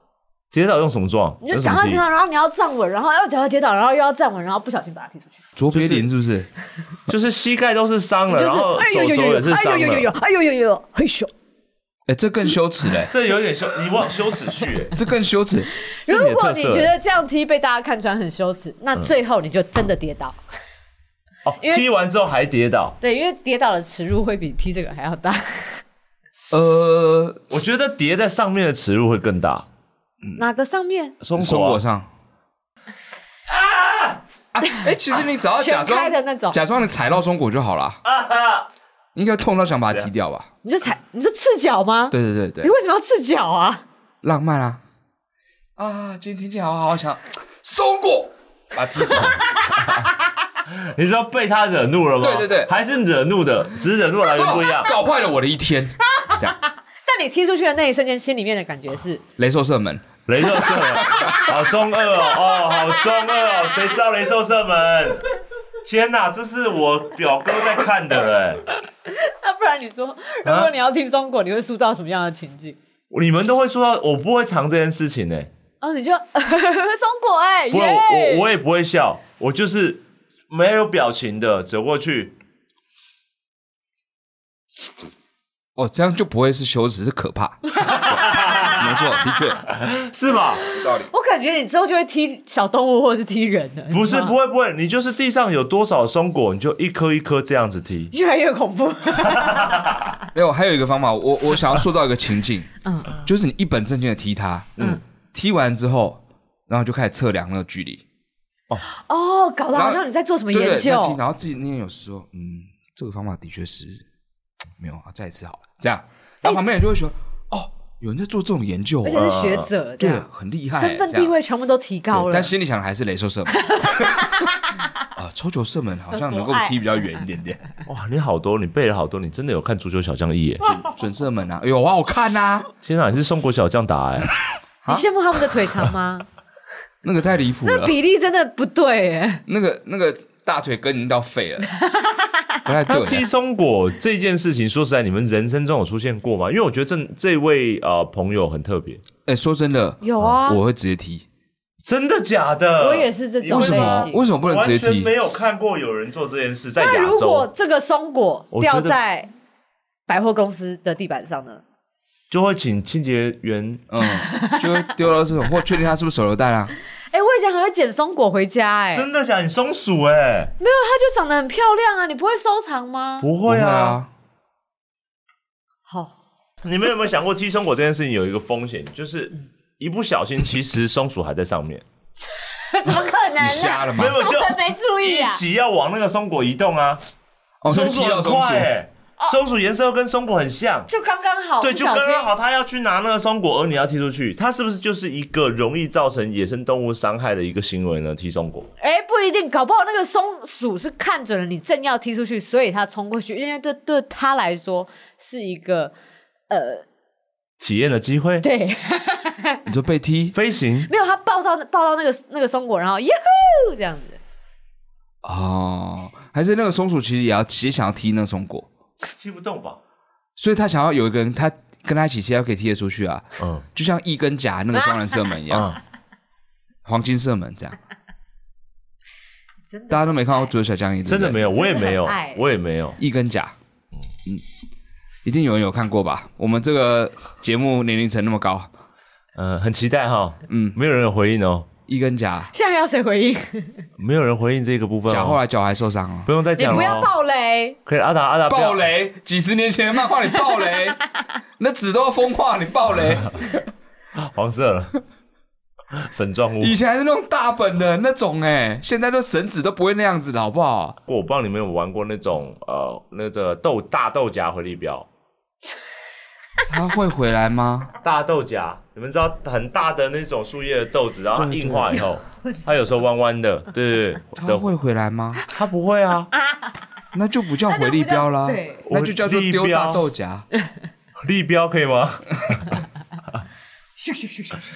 Speaker 3: 跌倒用什么撞？
Speaker 2: 你就
Speaker 3: 用什
Speaker 2: 赶
Speaker 3: 么
Speaker 2: 快
Speaker 3: 踢
Speaker 2: 跌倒，然后你要站稳，然后又要跌倒，然后又要站稳，然后不小心把它踢出去，
Speaker 1: 卓别林是不是？
Speaker 3: 就是膝盖都是伤了，
Speaker 2: 就是
Speaker 3: 然后
Speaker 2: 哎呦
Speaker 3: 手
Speaker 2: 呦
Speaker 3: 肘
Speaker 2: 呦
Speaker 3: 也是
Speaker 2: 呦，哎呦
Speaker 3: 伤
Speaker 2: 呦呦，
Speaker 3: 了，
Speaker 2: 哎呦呦呦，嘿咻！
Speaker 1: 哎，这更羞耻 嘞，
Speaker 3: 这有点羞，你往羞耻去。哎
Speaker 1: 这更羞耻。
Speaker 3: 是你的
Speaker 2: 如果
Speaker 3: 特
Speaker 2: 你
Speaker 3: 色嗯
Speaker 2: 觉得这样踢被大家看穿很羞耻，那最后你就真的跌倒。
Speaker 3: 哦，
Speaker 2: 因为
Speaker 3: 踢完之后还跌倒，
Speaker 2: 对，因为跌倒的耻辱会比踢这个还要大。
Speaker 1: 呃，
Speaker 3: 我觉得跌在上面的耻辱会更大。嗯
Speaker 2: 哪个上面？
Speaker 3: 松
Speaker 1: 松
Speaker 3: 啊
Speaker 1: 果上啊！哎，其实你只要假
Speaker 2: 啊全
Speaker 1: 装
Speaker 2: 开的那种
Speaker 1: 假装你踩到松果就好了，应该痛到想把它踢掉吧？
Speaker 2: 你就踩，你说赤脚吗？
Speaker 1: 对对对
Speaker 2: 你
Speaker 1: 对，
Speaker 2: 为什么要赤脚啊？
Speaker 1: 浪漫啊！啊，今天天气好好，想松果把它踢 走。
Speaker 3: 你知道被他惹怒了吗？
Speaker 1: 对对对
Speaker 3: 还是惹怒的，只是惹怒的来源不一 样。
Speaker 1: 搞坏了我的一天。这样，
Speaker 2: 但你踢出去的那一瞬间，心里面的感觉是，
Speaker 3: 啊
Speaker 1: 雷兽射门，
Speaker 3: 雷兽射门，好中二哦，哦，好中二哦，谁知道雷兽射门？天哪，这是我表哥在看的哎，
Speaker 2: 那啊不然你
Speaker 3: 啊
Speaker 2: 说，如果你要踢松果，你会塑造什么样的情境？
Speaker 3: 你们都会说到，我不会藏这件事情呢，
Speaker 2: 哦，你就 松果哎，
Speaker 3: 不会，
Speaker 2: 耶
Speaker 3: 我我也不会笑，我就是没有表情的走过去，
Speaker 1: 哦，这样就不会是羞耻，是可 怕。对没错，的确
Speaker 3: 是吧？
Speaker 1: 有道理。
Speaker 2: 我感觉你之后就会踢小动物或者是踢人的，
Speaker 3: 不是，
Speaker 2: 你知道
Speaker 3: 不
Speaker 2: 吗
Speaker 3: 会，不会，你就是地上有多少松果，你就一颗一颗这样子踢。
Speaker 2: 越来越恐怖。
Speaker 1: 没有，还有一个方法，我我想要塑造一个情境，嗯，就是你一本正经的踢他，嗯，踢完之后，然后就开始测量那个距离，
Speaker 2: 哦，搞得
Speaker 1: 然
Speaker 2: 好
Speaker 1: 后
Speaker 2: 像你在做什么
Speaker 1: 对
Speaker 2: 研
Speaker 1: 对，
Speaker 2: 究
Speaker 1: 那。踢然后自己那天有说，嗯，这个方法的确是没有，啊，再一次好了，这样，然后旁边人就会说，哦，有人在做这种研究
Speaker 2: 而且
Speaker 1: 哦，
Speaker 2: 是学者这
Speaker 1: 对，
Speaker 2: 样，
Speaker 1: 很厉害，
Speaker 2: 身份
Speaker 1: 这样
Speaker 2: 地位全部都提高
Speaker 1: 对
Speaker 2: 了。
Speaker 1: 但心里想的还是雷射射 门。啊，抽球射门好像能够踢比较远一点点，
Speaker 3: 哇，你好多，你背了好多，你真的有看足球小将一耶？
Speaker 1: 准射门啊，有啊，我看啊，
Speaker 3: 天哪，你是松果小将打哎、
Speaker 2: 你羡慕他们的腿长 吗？
Speaker 1: 那个太离谱了，
Speaker 2: 比例真的不对耶，
Speaker 1: 那个那个大腿根已经到 肺了，不太
Speaker 3: 他
Speaker 1: 对
Speaker 3: 踢
Speaker 1: 啊。
Speaker 3: 松果这件事情，说实在，你们人生中有出现过吗？因为我觉得这这位呃朋友很特别，
Speaker 1: 哎，说真的，
Speaker 3: 哦
Speaker 2: 有啊，
Speaker 1: 我会直接踢，
Speaker 3: 真的假的？
Speaker 2: 我也是这种
Speaker 3: 为什
Speaker 2: 类
Speaker 3: 么
Speaker 2: 型
Speaker 1: 为什么不能直接
Speaker 3: 完全
Speaker 1: 踢
Speaker 3: 没？有看过有人做这件事，在
Speaker 2: 那
Speaker 3: 亚
Speaker 2: 如果
Speaker 3: 洲
Speaker 2: 这个松果
Speaker 3: 我觉
Speaker 2: 掉
Speaker 3: 得
Speaker 2: 在百货公司的地板上呢？
Speaker 3: 就会请清洁员。
Speaker 1: 嗯，就会丢到这种，或确定他是不是手榴弹啊？
Speaker 2: 哎、我以前还会捡松果回家、哎，
Speaker 3: 真的假的？你松鼠哎、
Speaker 2: 没有，它就长得很漂亮啊，你不会收藏吗？
Speaker 3: 不
Speaker 1: 不
Speaker 3: 会啊。，
Speaker 1: 哦
Speaker 2: 好，
Speaker 3: 你们有没有想过踢松果这件事情有一个风险，就是一不小心，其实松鼠还在上面，
Speaker 2: 怎么可能
Speaker 1: 你
Speaker 2: 呢、
Speaker 1: 瞎
Speaker 2: 啊？
Speaker 1: 了吗
Speaker 3: 没？有就
Speaker 2: 哦没注意
Speaker 3: 一
Speaker 2: 啊！
Speaker 3: 起要往那个松果移动啊。
Speaker 1: 哦，就
Speaker 3: 松
Speaker 1: 踢
Speaker 3: 鼠
Speaker 1: 到
Speaker 3: 很
Speaker 1: 松鼠
Speaker 3: 快、，欸，
Speaker 2: 哦
Speaker 3: 松鼠颜色又跟松果很像，
Speaker 2: 就刚刚好，
Speaker 3: 对，
Speaker 2: 哦不
Speaker 3: 就
Speaker 2: 小
Speaker 3: 刚
Speaker 2: 心
Speaker 3: 刚好，他要去拿那个松果，而你要踢出去，它是不是就是一个容易造成野生动物伤害的一个行为呢？踢松果，
Speaker 2: 哎、不一定，搞不好那个松鼠是看准了你正要踢出去，所以它冲过去，因为对对它来说是一个呃，
Speaker 3: 体验的机会，
Speaker 2: 对，
Speaker 1: 你说被踢
Speaker 3: 飞行
Speaker 2: 没有它抱到抱到那个那个松果，然后耶呼这样子，
Speaker 1: 哦，还是那个松鼠其实也要也想要踢那个松果，
Speaker 3: 踢不动吧？
Speaker 1: 所以他想要有一个人，他跟他一起踢，他可以踢得出去啊，
Speaker 3: 嗯
Speaker 1: 就像一跟甲那个双人射门一样，
Speaker 3: 啊，
Speaker 1: 黄金射门这样。
Speaker 2: 真的
Speaker 1: 大家都没看过《足球小将》，
Speaker 3: 真的没
Speaker 1: 有
Speaker 3: 有，我也没
Speaker 2: 真
Speaker 3: 有
Speaker 2: 的很爱，
Speaker 3: 我也没有。
Speaker 1: 一跟甲，嗯，一定有人有看过吧？我们这个节目年龄层那么高，
Speaker 3: 嗯，很期待哈。
Speaker 1: 嗯
Speaker 3: 嗯，没有人有回应哦，
Speaker 1: 一跟甲，
Speaker 2: 现在要谁回应？
Speaker 3: 没有人回应这个部分哦。
Speaker 1: 甲后来脚还受伤了。
Speaker 3: 不用再
Speaker 2: 你
Speaker 3: 讲了哦。
Speaker 2: 不要暴雷，
Speaker 3: 可以，阿达阿达不要
Speaker 1: 暴。雷！几十年前的漫画你暴雷， 那纸都要风化，你暴雷。
Speaker 3: 黄色了，粉状 物。哦
Speaker 1: 以前还是那种大本的那种哎、现在都绳子都不会那样子的好不好？
Speaker 3: 我不知道你们有没有玩过那种呃，那个豆大豆荚回力镖，
Speaker 1: 他会回来吗？
Speaker 3: 大豆荚，你们知道很大的那种树叶的豆子，然后它
Speaker 1: 对对
Speaker 3: 硬化以后，它有时候弯弯 的，对对
Speaker 1: 他
Speaker 3: 对，都
Speaker 1: 会回来吗？
Speaker 3: 它不会啊，
Speaker 1: 那就不叫回力标啦
Speaker 2: 那就不叫，
Speaker 1: 那就叫做丢大豆荚。
Speaker 3: 立标可以吗？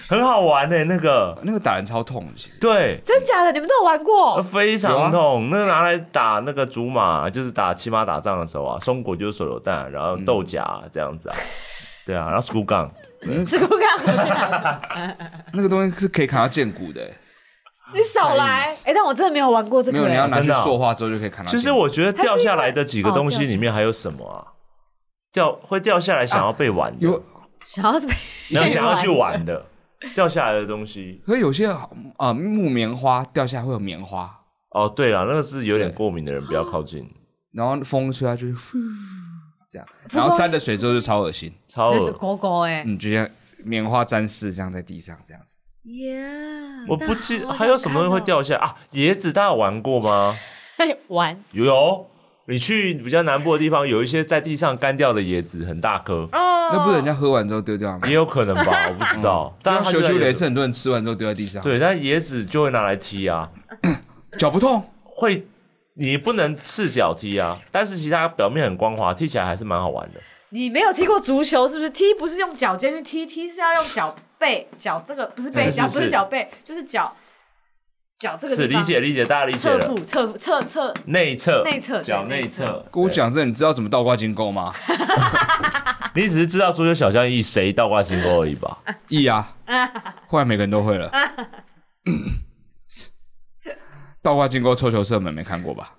Speaker 3: 很好玩的、那个，
Speaker 1: 那个打人超痛的，其实
Speaker 3: 对，
Speaker 2: 真假的？你们都有玩过？
Speaker 3: 非
Speaker 1: 有啊
Speaker 3: 常痛，那个拿来打那个竹马，就是打骑马打仗的时候啊，松果就是手榴弹，然后豆荚
Speaker 1: 嗯
Speaker 3: 这样子啊，对啊，然后 school gun，
Speaker 2: 这个我刚刚讲的，
Speaker 1: 那个东西是可以砍到剑骨的、欸，
Speaker 2: 你少来！哎、但我真的没有玩过这
Speaker 1: 没
Speaker 2: 个、
Speaker 1: 有你要
Speaker 2: 欸。
Speaker 1: 拿去
Speaker 3: 真的哦
Speaker 1: 塑化之后就可以砍到
Speaker 3: 其
Speaker 1: 剑骨。
Speaker 3: 实我觉得掉下来的几个
Speaker 2: 还是因为
Speaker 3: 东西里面还有什么啊？掉会掉下来想要被玩的，
Speaker 1: 啊有，
Speaker 2: 想要被
Speaker 3: 然后想要去
Speaker 2: 被
Speaker 3: 玩的，掉下来的东西。
Speaker 1: 可是有些啊、呃木棉花掉下来会有棉花，
Speaker 3: 哦，对了，那个是有点
Speaker 1: 对
Speaker 3: 过敏的人不要靠近，
Speaker 1: 然后风吹它就是呼
Speaker 2: 嗯
Speaker 1: 这样，然后沾了水之后就超恶心，
Speaker 3: 超
Speaker 2: 那是
Speaker 3: 恶。
Speaker 2: 狗狗哎、
Speaker 1: 嗯，就像棉花沾湿这样在地上这样子。
Speaker 2: Yeah，
Speaker 3: 我不记
Speaker 2: 那好
Speaker 3: 还有什么东西会
Speaker 2: 想
Speaker 3: 掉下来啊？椰子大家有玩过吗？
Speaker 2: 看
Speaker 3: 嗯
Speaker 2: 哦？ 玩
Speaker 3: 有，你去比较南部的地方，有一些在地上干掉的椰子，很大颗，
Speaker 2: 哦
Speaker 1: 那不是人家喝完之后丢掉吗？
Speaker 3: 也有可能吧，我不知道。
Speaker 2: 嗯
Speaker 1: 就
Speaker 3: 但
Speaker 1: 像
Speaker 3: 它
Speaker 1: 球
Speaker 3: 就在
Speaker 1: 球
Speaker 3: 椰
Speaker 1: 雷
Speaker 3: 子
Speaker 1: 是很多人吃完之后丢在地上，，
Speaker 3: 对，但椰子就会拿来踢啊，
Speaker 1: 脚不痛，
Speaker 3: 会你不能赤脚踢啊，但是其他表面很光滑，踢起来还是蛮好玩的。
Speaker 2: 你没有踢过足球是不是？踢不是用脚尖去踢，踢是要用脚背，脚这个不是背，
Speaker 3: 是是
Speaker 2: 脚不是
Speaker 3: 是
Speaker 2: 脚背，就是脚脚这个
Speaker 3: 是
Speaker 2: 地
Speaker 3: 理
Speaker 2: 方
Speaker 3: 解理解，大家理解
Speaker 2: 侧
Speaker 3: 了
Speaker 2: 腹。侧腹侧侧
Speaker 3: 内侧，
Speaker 2: 内侧
Speaker 3: 脚
Speaker 2: 对
Speaker 3: 内
Speaker 2: 内侧
Speaker 3: 侧。
Speaker 1: 跟我
Speaker 3: 对，
Speaker 1: 讲这，你知道怎么倒挂金钩吗？
Speaker 3: 你只是知道足球小将一谁倒挂金钩而已吧？
Speaker 1: 易啊， 后来每个人都会了。倒挂金钩抽球射门没看过吧？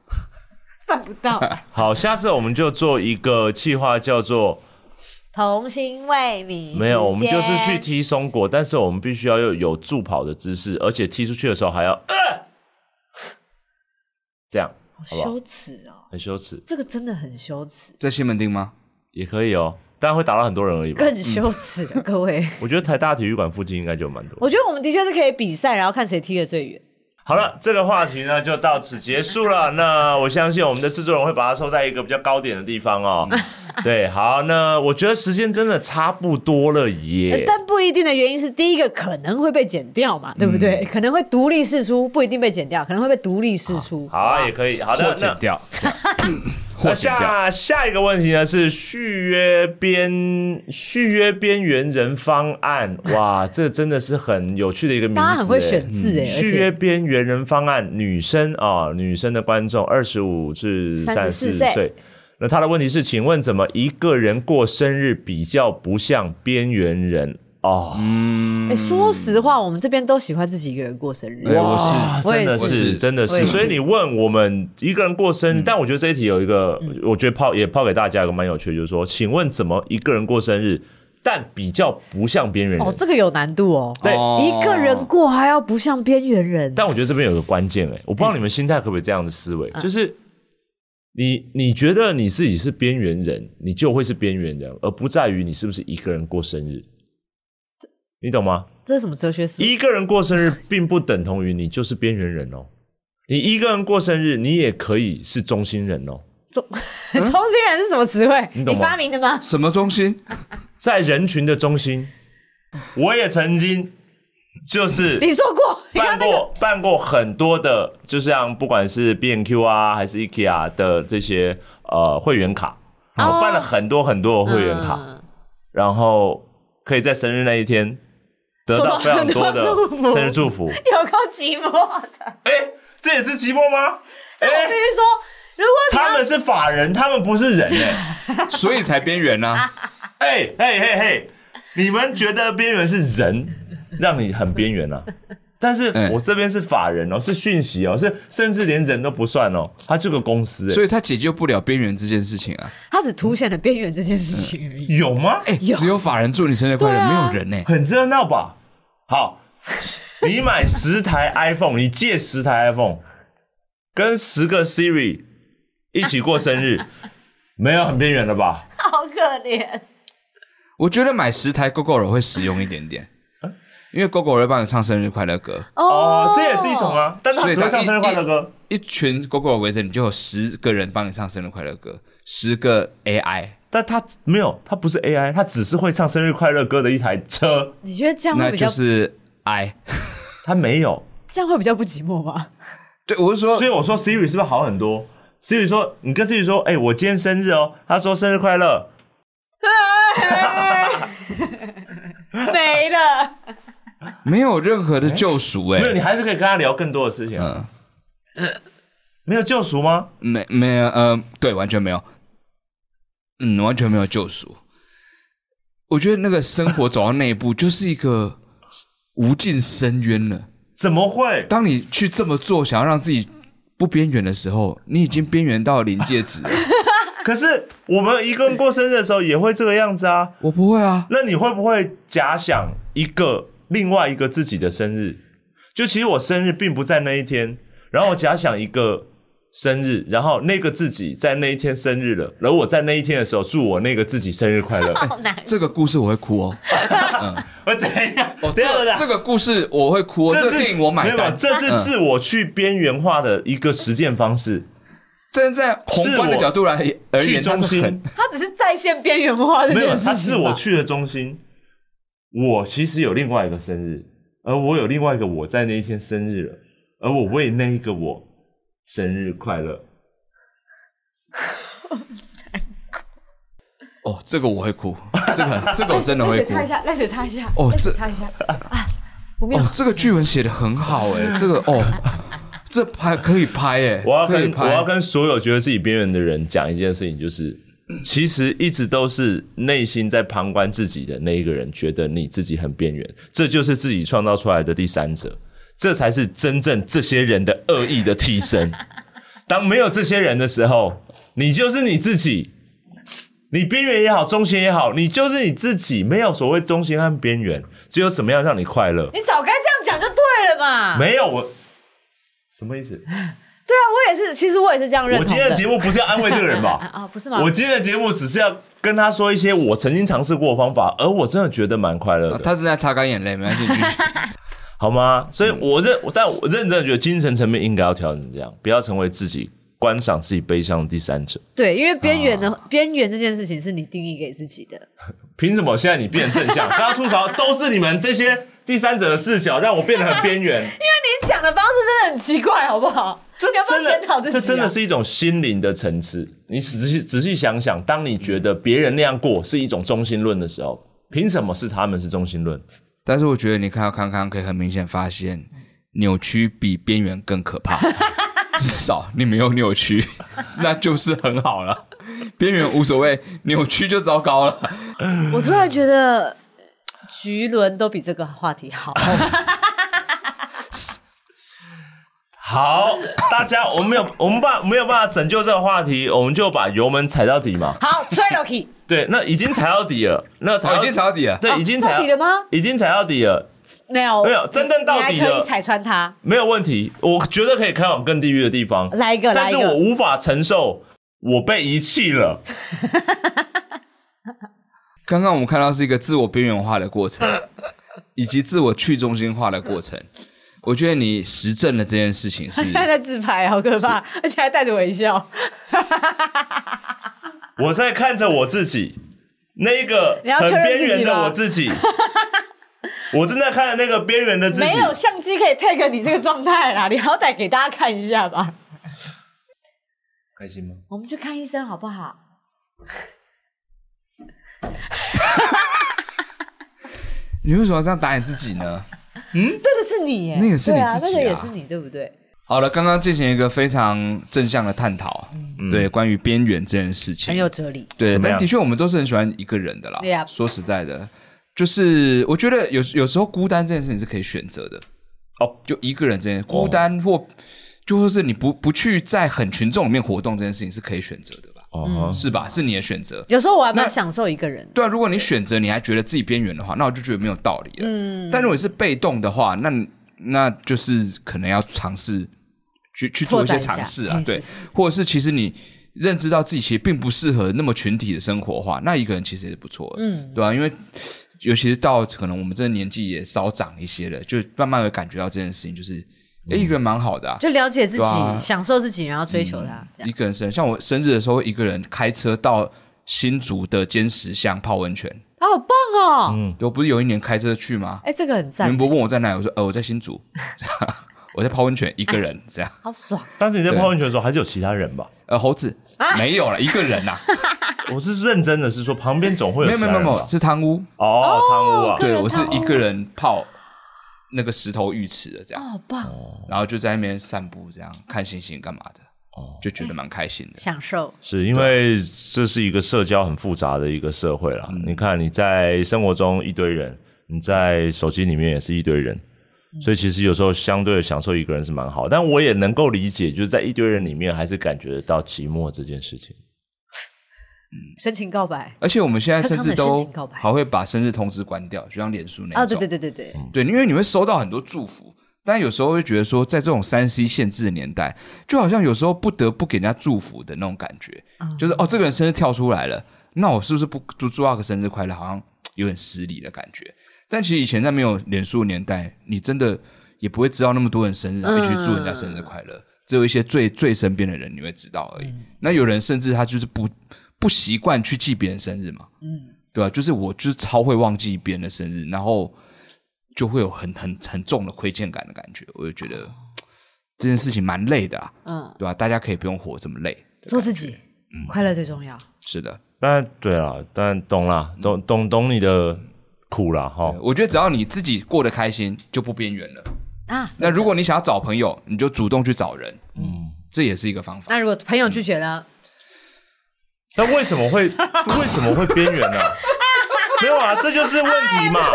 Speaker 2: 办不 到。
Speaker 3: 好，下次我们就做一个计划，叫做
Speaker 2: 童心未泯，
Speaker 3: 没有，我们就是去。踢松果，但是我们必须要有有助跑的姿势，而且踢出去的时候还要、呃、这样，好嗯不好
Speaker 2: 羞？耻哦，
Speaker 3: 很羞耻，
Speaker 2: 这个真的很羞耻，
Speaker 1: 在西门町吗？
Speaker 3: 也可以哦，但会打到很多人而已吧。
Speaker 2: 更羞耻 了，各位。
Speaker 3: 我觉得台大体育馆附近应该就有蛮多。
Speaker 2: 我觉得我们的确是可以比赛，然后看谁踢得最远。
Speaker 3: 好了，这个话题呢就到此结束了。那我相信我们的制作人会把它收在一个比较高点的地方哦。 对，好，那我觉得时间真的差不多了耶。
Speaker 2: 但不一定的原因是，第一个可能会被剪掉
Speaker 3: 嗯
Speaker 2: 嘛，对不对？可能会独立试出，不一定被剪掉，可能会被独立试出。
Speaker 3: 好啊，也可以。好
Speaker 1: 或
Speaker 3: 的，
Speaker 1: 剪
Speaker 3: 那
Speaker 1: 掉， 这样或
Speaker 3: 那
Speaker 1: 剪掉。
Speaker 3: 下下一个问题呢是续约边续约边缘人方案。哇，这真的是很有趣的一个名字。
Speaker 2: 大家很会选字哎、而
Speaker 3: 续
Speaker 2: 且
Speaker 3: 约边缘人方案，女生啊、女生的观众二十五至三
Speaker 2: 34
Speaker 3: 十岁。那他的问题是，请问怎么一个人过生日比较不像边缘人哦？
Speaker 2: 哎、说实话，我们这边都喜欢自己一个人过生日。
Speaker 1: 哎我是
Speaker 3: 哇
Speaker 2: 我
Speaker 3: 真
Speaker 2: 也
Speaker 3: 的
Speaker 2: 是
Speaker 1: 我也是
Speaker 3: 是，真的
Speaker 2: 我
Speaker 3: 是
Speaker 2: 也。是嗯
Speaker 3: 所以你问我们一个人过生日，但我觉得这一题有一个，我觉得抛也抛给大家一个蛮有趣的，就是说，请问怎么一个人过生日，但比较不像边缘人
Speaker 2: 哦，？这个有难度哦，
Speaker 3: 对
Speaker 1: 哦
Speaker 2: 一个人过还要不像边缘人，
Speaker 3: 但我觉得这边有个关键哎、我不知道你们心态可不可以这样的思维，就是你你觉得你自己是边缘人，你就会是边缘人，而不在于你是不是一个人过生日。你懂吗？
Speaker 2: 这是什么哲学思？
Speaker 3: 一个人过生日并不等同于你就是边缘人哦。你一个人过生日，你也可以是中心人哦。
Speaker 2: 中 中心人是什么词汇？
Speaker 3: 你懂吗
Speaker 2: 发明的吗？
Speaker 1: 什么中心？
Speaker 3: 在人群的中心，我也曾经就是
Speaker 2: 你说过，你
Speaker 3: 办
Speaker 2: 看那个
Speaker 3: 过办过很多的，就像不管是 B N Q 啊，还是 IKEA 的这些呃会员卡，我办了很多很多的会员卡，
Speaker 2: 哦嗯
Speaker 3: 然后可以在生日那一天得
Speaker 2: 收
Speaker 3: 到
Speaker 2: 到
Speaker 3: 非常
Speaker 2: 很多
Speaker 3: 多的
Speaker 2: 祝福
Speaker 3: 生日祝福。
Speaker 2: 有够寂寞的。
Speaker 3: 哎、这也是寂寞吗？哎、
Speaker 2: 我必须说，如果你
Speaker 3: 他们是法人，他们不 是人哎、
Speaker 1: 所以才边缘啊！
Speaker 3: 哎嘿嘿嘿，你们觉得边缘是人，让你很边缘啊？但是
Speaker 1: 哎
Speaker 3: 我这边是法人哦，是讯息哦，是甚至连人都不算哦，他这个公司、哎
Speaker 1: 所以他解决不了边缘这件事情啊！
Speaker 2: 它只凸显了边缘这件事情而已。
Speaker 3: 有吗？
Speaker 1: 哎，只有法人祝你生日快乐，
Speaker 2: 对
Speaker 1: 没
Speaker 2: 啊
Speaker 1: 有人呢。欸
Speaker 3: 很热闹吧？好， 你买十台 iPhone，你借十台 iPhone，跟十个 Siri 一起过生 日，没有很边缘了吧？
Speaker 2: 好可怜，
Speaker 1: 我觉得买十台 GoGo 会实用一点点，因为 GoGo 会帮你唱生日快乐歌，
Speaker 3: 哦，这也是一种。啊，但他
Speaker 1: 所以
Speaker 3: 只会
Speaker 1: 他
Speaker 3: 唱
Speaker 1: 一
Speaker 3: 生日快乐歌。
Speaker 1: 一群 GoGo 围着你，就有十个人帮你唱生日快乐歌，十个 AI。
Speaker 3: 但他没有，他不是 AI，他只是会唱生日快乐歌的一台车，
Speaker 2: 你觉得这样会
Speaker 1: 那
Speaker 2: 比较、
Speaker 1: 就是 I。
Speaker 3: 他没有。
Speaker 2: 这样会比较不寂寞吗？
Speaker 1: 对，我是说
Speaker 3: 所，以我说 Siri 是不是好很多？Siri 说，你跟 Siri 说，哎、我今天生日哦，他说生日快乐，
Speaker 2: 没了，
Speaker 1: 没有任何的救赎、
Speaker 3: 没有，
Speaker 1: 哎、
Speaker 3: 你还是可以跟他聊更多的事情啊。
Speaker 1: 嗯
Speaker 3: 没有救赎吗？
Speaker 1: 没没有，呃，对，完全没有，嗯，完全没有救赎。我觉得那个生活走到那一步，就是一个无尽深渊了。
Speaker 3: 怎么会？
Speaker 1: 当你去这么做，想要让自己不边缘的时候，你已经边缘到临界值了。
Speaker 3: 可是我们一个人过生日的时候也会这个样子啊。
Speaker 1: 我不会啊，
Speaker 3: 那你会不会假想一个另外一个自己的生日？就其实我生日并不在那一天，然后我假想一个生日，然后那个自己在那一天生日了，而我在那一天的时候祝我那个自己生 日快乐。
Speaker 2: 好难。
Speaker 1: 这个故事我会哭哦。
Speaker 3: 我怎样？
Speaker 1: 哦，
Speaker 3: 等
Speaker 1: 这
Speaker 3: 一下等一
Speaker 1: 个
Speaker 3: 下
Speaker 1: 这个故事我会哭、哦，这个
Speaker 3: 是
Speaker 1: 电影我
Speaker 3: 没
Speaker 1: 买
Speaker 3: 有没有
Speaker 1: 单。
Speaker 3: 这是
Speaker 1: 嗯
Speaker 3: 自我去边缘化的一个实践方式。
Speaker 1: 站在宏观的角度来而
Speaker 3: 去
Speaker 1: 言，
Speaker 3: 中
Speaker 1: 它是
Speaker 3: 心
Speaker 1: 很
Speaker 2: 他只是在线边缘化这
Speaker 3: 没有，
Speaker 2: 件事情吧。哎
Speaker 3: 他是我去的中心。我其实有另外一个生日，而我有另外一个我在那一天生日了，而我为那一个我生日快乐。
Speaker 1: 哦，这个我会哭，这个这个我真的
Speaker 2: 泪
Speaker 1: 会
Speaker 2: 哎水
Speaker 1: 哭。
Speaker 2: 擦一下，泪水擦一下，
Speaker 1: 哦
Speaker 2: 泪水
Speaker 1: 这
Speaker 2: 擦一 下啊！不妙
Speaker 1: 哦，，这个剧本写的很好哎， 这个哦，这拍可以拍哎，
Speaker 3: 我要
Speaker 1: 可以
Speaker 3: 跟我
Speaker 1: 拍
Speaker 3: 要跟所有觉得自己边缘的人讲一件事情，就是其实一直都是内心在旁观自己的那一个人，觉得你自己很边缘，这就是自己创造出来的第三者，这才是真正这些人的恶意的替身。当没有这些人的时候，你就是你自己。你边缘也好，中心也好，你就是你自己，没有所谓中心和边缘，只有怎么样让你快乐。
Speaker 2: 你早该这样讲就对了嘛。
Speaker 3: 没有我，什么意思？
Speaker 2: 对啊，我也是，其实我也是这样认
Speaker 3: 我
Speaker 2: 同
Speaker 3: 今天的节目不是要安慰这个人吧
Speaker 2: 啊？啊，不是吗？
Speaker 3: 我今天的节目只是要跟他说一些我曾经尝试过的方法，而我真的觉得蛮快乐的，
Speaker 1: 啊他正在擦干眼泪，没关系，你继续
Speaker 3: 好吗？所以我认，但我认真的觉得精神层面应该要调整，这样不要成为自己观赏自己悲伤的第三者。
Speaker 2: 对，因为边缘的
Speaker 3: 啊
Speaker 2: 边缘这件事情是你定义给自己的。
Speaker 3: 凭什么现在你变正 向？大家吐槽都是你们这些第三者的视角让我变得很边 缘，
Speaker 2: 你讲的方式真的很奇怪，好不好？
Speaker 3: 这
Speaker 2: 你要不要
Speaker 3: 真
Speaker 2: 检讨
Speaker 3: 的
Speaker 2: 自己、
Speaker 3: 这
Speaker 2: 啊？
Speaker 3: 真的是一种心灵的层次。你仔细仔细想想，当你觉得别人那样过是一种中心论的时候，凭什么是他们是中心论？
Speaker 1: 但是我觉得你看到康康，可以很明显发现，扭曲比边缘更可 怕。至少你没有扭曲， 那就是很好了。边缘无所谓，扭曲就糟糕 了。
Speaker 2: 我突然觉得菊轮都比这个话题好。
Speaker 3: 好，大家，我们没有， 我们把没有办法拯救这个话题，我们就把油门踩到底嘛。
Speaker 2: 好，吹 Loki，
Speaker 3: 对，那已经踩到底了，那踩
Speaker 1: 哦
Speaker 3: 到
Speaker 1: 已经踩到底了，
Speaker 3: 对，
Speaker 2: 哦
Speaker 3: 已经踩
Speaker 2: 到底了吗
Speaker 3: 已经踩到底了，
Speaker 2: 没有
Speaker 3: 没有真正到底的
Speaker 2: 你还可以踩穿它。
Speaker 3: 没有问题，我觉得可以开往更地狱的地方。
Speaker 2: 来一个，
Speaker 3: 但
Speaker 2: 来一
Speaker 3: 是我
Speaker 2: 个，
Speaker 3: 无法承受我被遗弃了。
Speaker 1: 刚刚我们看到是一个自我边缘化的过程，以及自我去中心化的过程。我觉得你实证了这件事情
Speaker 2: 他
Speaker 1: 是
Speaker 2: 现在在自拍，好可怕，而且还带着微笑。
Speaker 3: 我在看着我自己，那个
Speaker 2: 你要
Speaker 3: 很
Speaker 2: 确认
Speaker 3: 边
Speaker 2: 自己
Speaker 3: 缘的
Speaker 2: 吗
Speaker 3: 我 自己，我正在看着那个边缘的自己。
Speaker 2: 没有相机可以 take 你这个状态啦，你好歹给大家看一下吧。
Speaker 3: 开心吗？
Speaker 2: 我们去看医生好不好？
Speaker 1: 你为什么要这样打你自己呢？
Speaker 2: 这个是你耶，
Speaker 1: 那个是你
Speaker 2: 对啊，
Speaker 1: 自
Speaker 2: 那
Speaker 1: 己
Speaker 2: 个也
Speaker 1: 啊
Speaker 2: 是你，对不对？
Speaker 1: 好了，刚刚进行一个非常正向的探讨，啊对关于边缘这件事情，
Speaker 2: 很有哲理。
Speaker 1: 对，
Speaker 3: 怎嗯么
Speaker 1: 但
Speaker 3: 样
Speaker 1: 的确我们都是很喜欢一个人的啦。
Speaker 2: 对啊
Speaker 1: 说实在的，就是我觉得有有时候孤单这件事情是可以选择的。
Speaker 3: 哦，
Speaker 1: 就一个人这件孤单或、就说是你不不去在很群众里面活动这件事情是可以选择的吧？
Speaker 3: 哦，
Speaker 1: 是吧？是你的选择。
Speaker 2: 有时候我还蛮享受一个人的，
Speaker 1: 对啊，如果你选择你还觉得自己边缘的话，那我就觉得没有道理了。嗯，但如果你是被动的话，那那就是可能要尝试去去做一些
Speaker 2: 拓展一
Speaker 1: 尝
Speaker 2: 下
Speaker 1: 试啊
Speaker 2: 哎，
Speaker 1: 对
Speaker 2: 是是，
Speaker 1: 或者是其实你认知到自己其实并不适合那么群体的生活的话，那一个人其实也是不错的，嗯，对啊，因为尤其是到可能我们这个年纪也稍长一些了，就慢慢的感觉到这件事情，就是哎、一个人蛮好的啊。
Speaker 2: 嗯就了解自
Speaker 1: 对啊嗯
Speaker 2: 己，享受自己，然后追求他，这样
Speaker 1: 一个人生，像我生日的时候，一个人开车到新竹的尖石乡泡温泉。
Speaker 2: 啊，好棒哦！
Speaker 1: 我不是有一年开车去吗？
Speaker 2: 哎，这个很
Speaker 1: 你
Speaker 2: 赞
Speaker 1: 们，不问我在哪里，我说呃我在新竹，这样 我在泡温泉一个 人这样，
Speaker 2: 好爽。
Speaker 3: 但是你在泡温泉的时候还是有其他人吧？
Speaker 1: 呃猴子
Speaker 2: 啊
Speaker 1: 没有了一个人呐，
Speaker 3: 我是认真的，是说旁边 总会
Speaker 1: 没有
Speaker 3: 有其
Speaker 1: 没
Speaker 3: 他
Speaker 1: 有
Speaker 3: 人
Speaker 1: 没
Speaker 3: 吧
Speaker 1: 有没有是汤屋，
Speaker 3: 哦，汤屋啊，
Speaker 1: 对
Speaker 2: 人
Speaker 1: 我是
Speaker 2: 汤屋
Speaker 1: 一个人泡那个石头浴池的这
Speaker 2: 哦嗯
Speaker 1: 样，
Speaker 2: 好棒，
Speaker 1: 然后就在那边散步这样看星星干嘛的，
Speaker 3: 哦
Speaker 1: 就觉得蛮开心的。
Speaker 2: 享受
Speaker 3: 是因为这是一个社交很复杂的一个社会啦。你看你在生活中一堆人，你在手机里面也是一堆人，所以其实有时候相对的享受一个人是蛮好。但我也能够理解，就是在一堆人里面还是感觉得到寂寞这件事情。
Speaker 2: 深情告白
Speaker 1: 而且我们现在甚至
Speaker 2: 康康的
Speaker 1: 都
Speaker 2: 深情告白
Speaker 1: 还会把生日通知关掉，就像脸书那种。
Speaker 2: 啊！对对对对对，
Speaker 1: 对，因为你会收到很多祝福，但有时候会觉得说，在这种三 C 限制的年代，就好像有时候不得不给人家祝福的那种感觉，就是哦，这个人生日跳出来了，那我是不是不祝祝他个生日快乐，好像嘖有点失礼的感觉。但其实以前在没有脸书的年代，你真的也不会知道那么多人生日，会去祝人家生日快乐，只有一些最最身边的人你会知道而已。那有人甚至他就是不不习惯去记别人生日嘛，嗯，对吧、就是我就是超会忘记别人的生日，然后。就会有很很很重的亏欠感的感觉。我就觉得嘖这件事情蛮累的啊，
Speaker 2: 嗯，
Speaker 1: 对吧、大家可以不用活这么累。
Speaker 2: 做自己，
Speaker 1: 嗯
Speaker 2: 快乐最重要。
Speaker 1: 是的，
Speaker 3: 但对啦，但懂啦，懂懂懂你的苦啦，哈。
Speaker 1: 我觉得只要你自己过得开心，就不边缘了。
Speaker 2: 啊，
Speaker 1: 那如果你想要找朋友，你就主动去找人，嗯，这也是一个方法。
Speaker 2: 那如果朋友拒绝呢？
Speaker 1: 嗯
Speaker 3: 那为什么会为什么会边缘呢？没有啊，这就是问题嘛。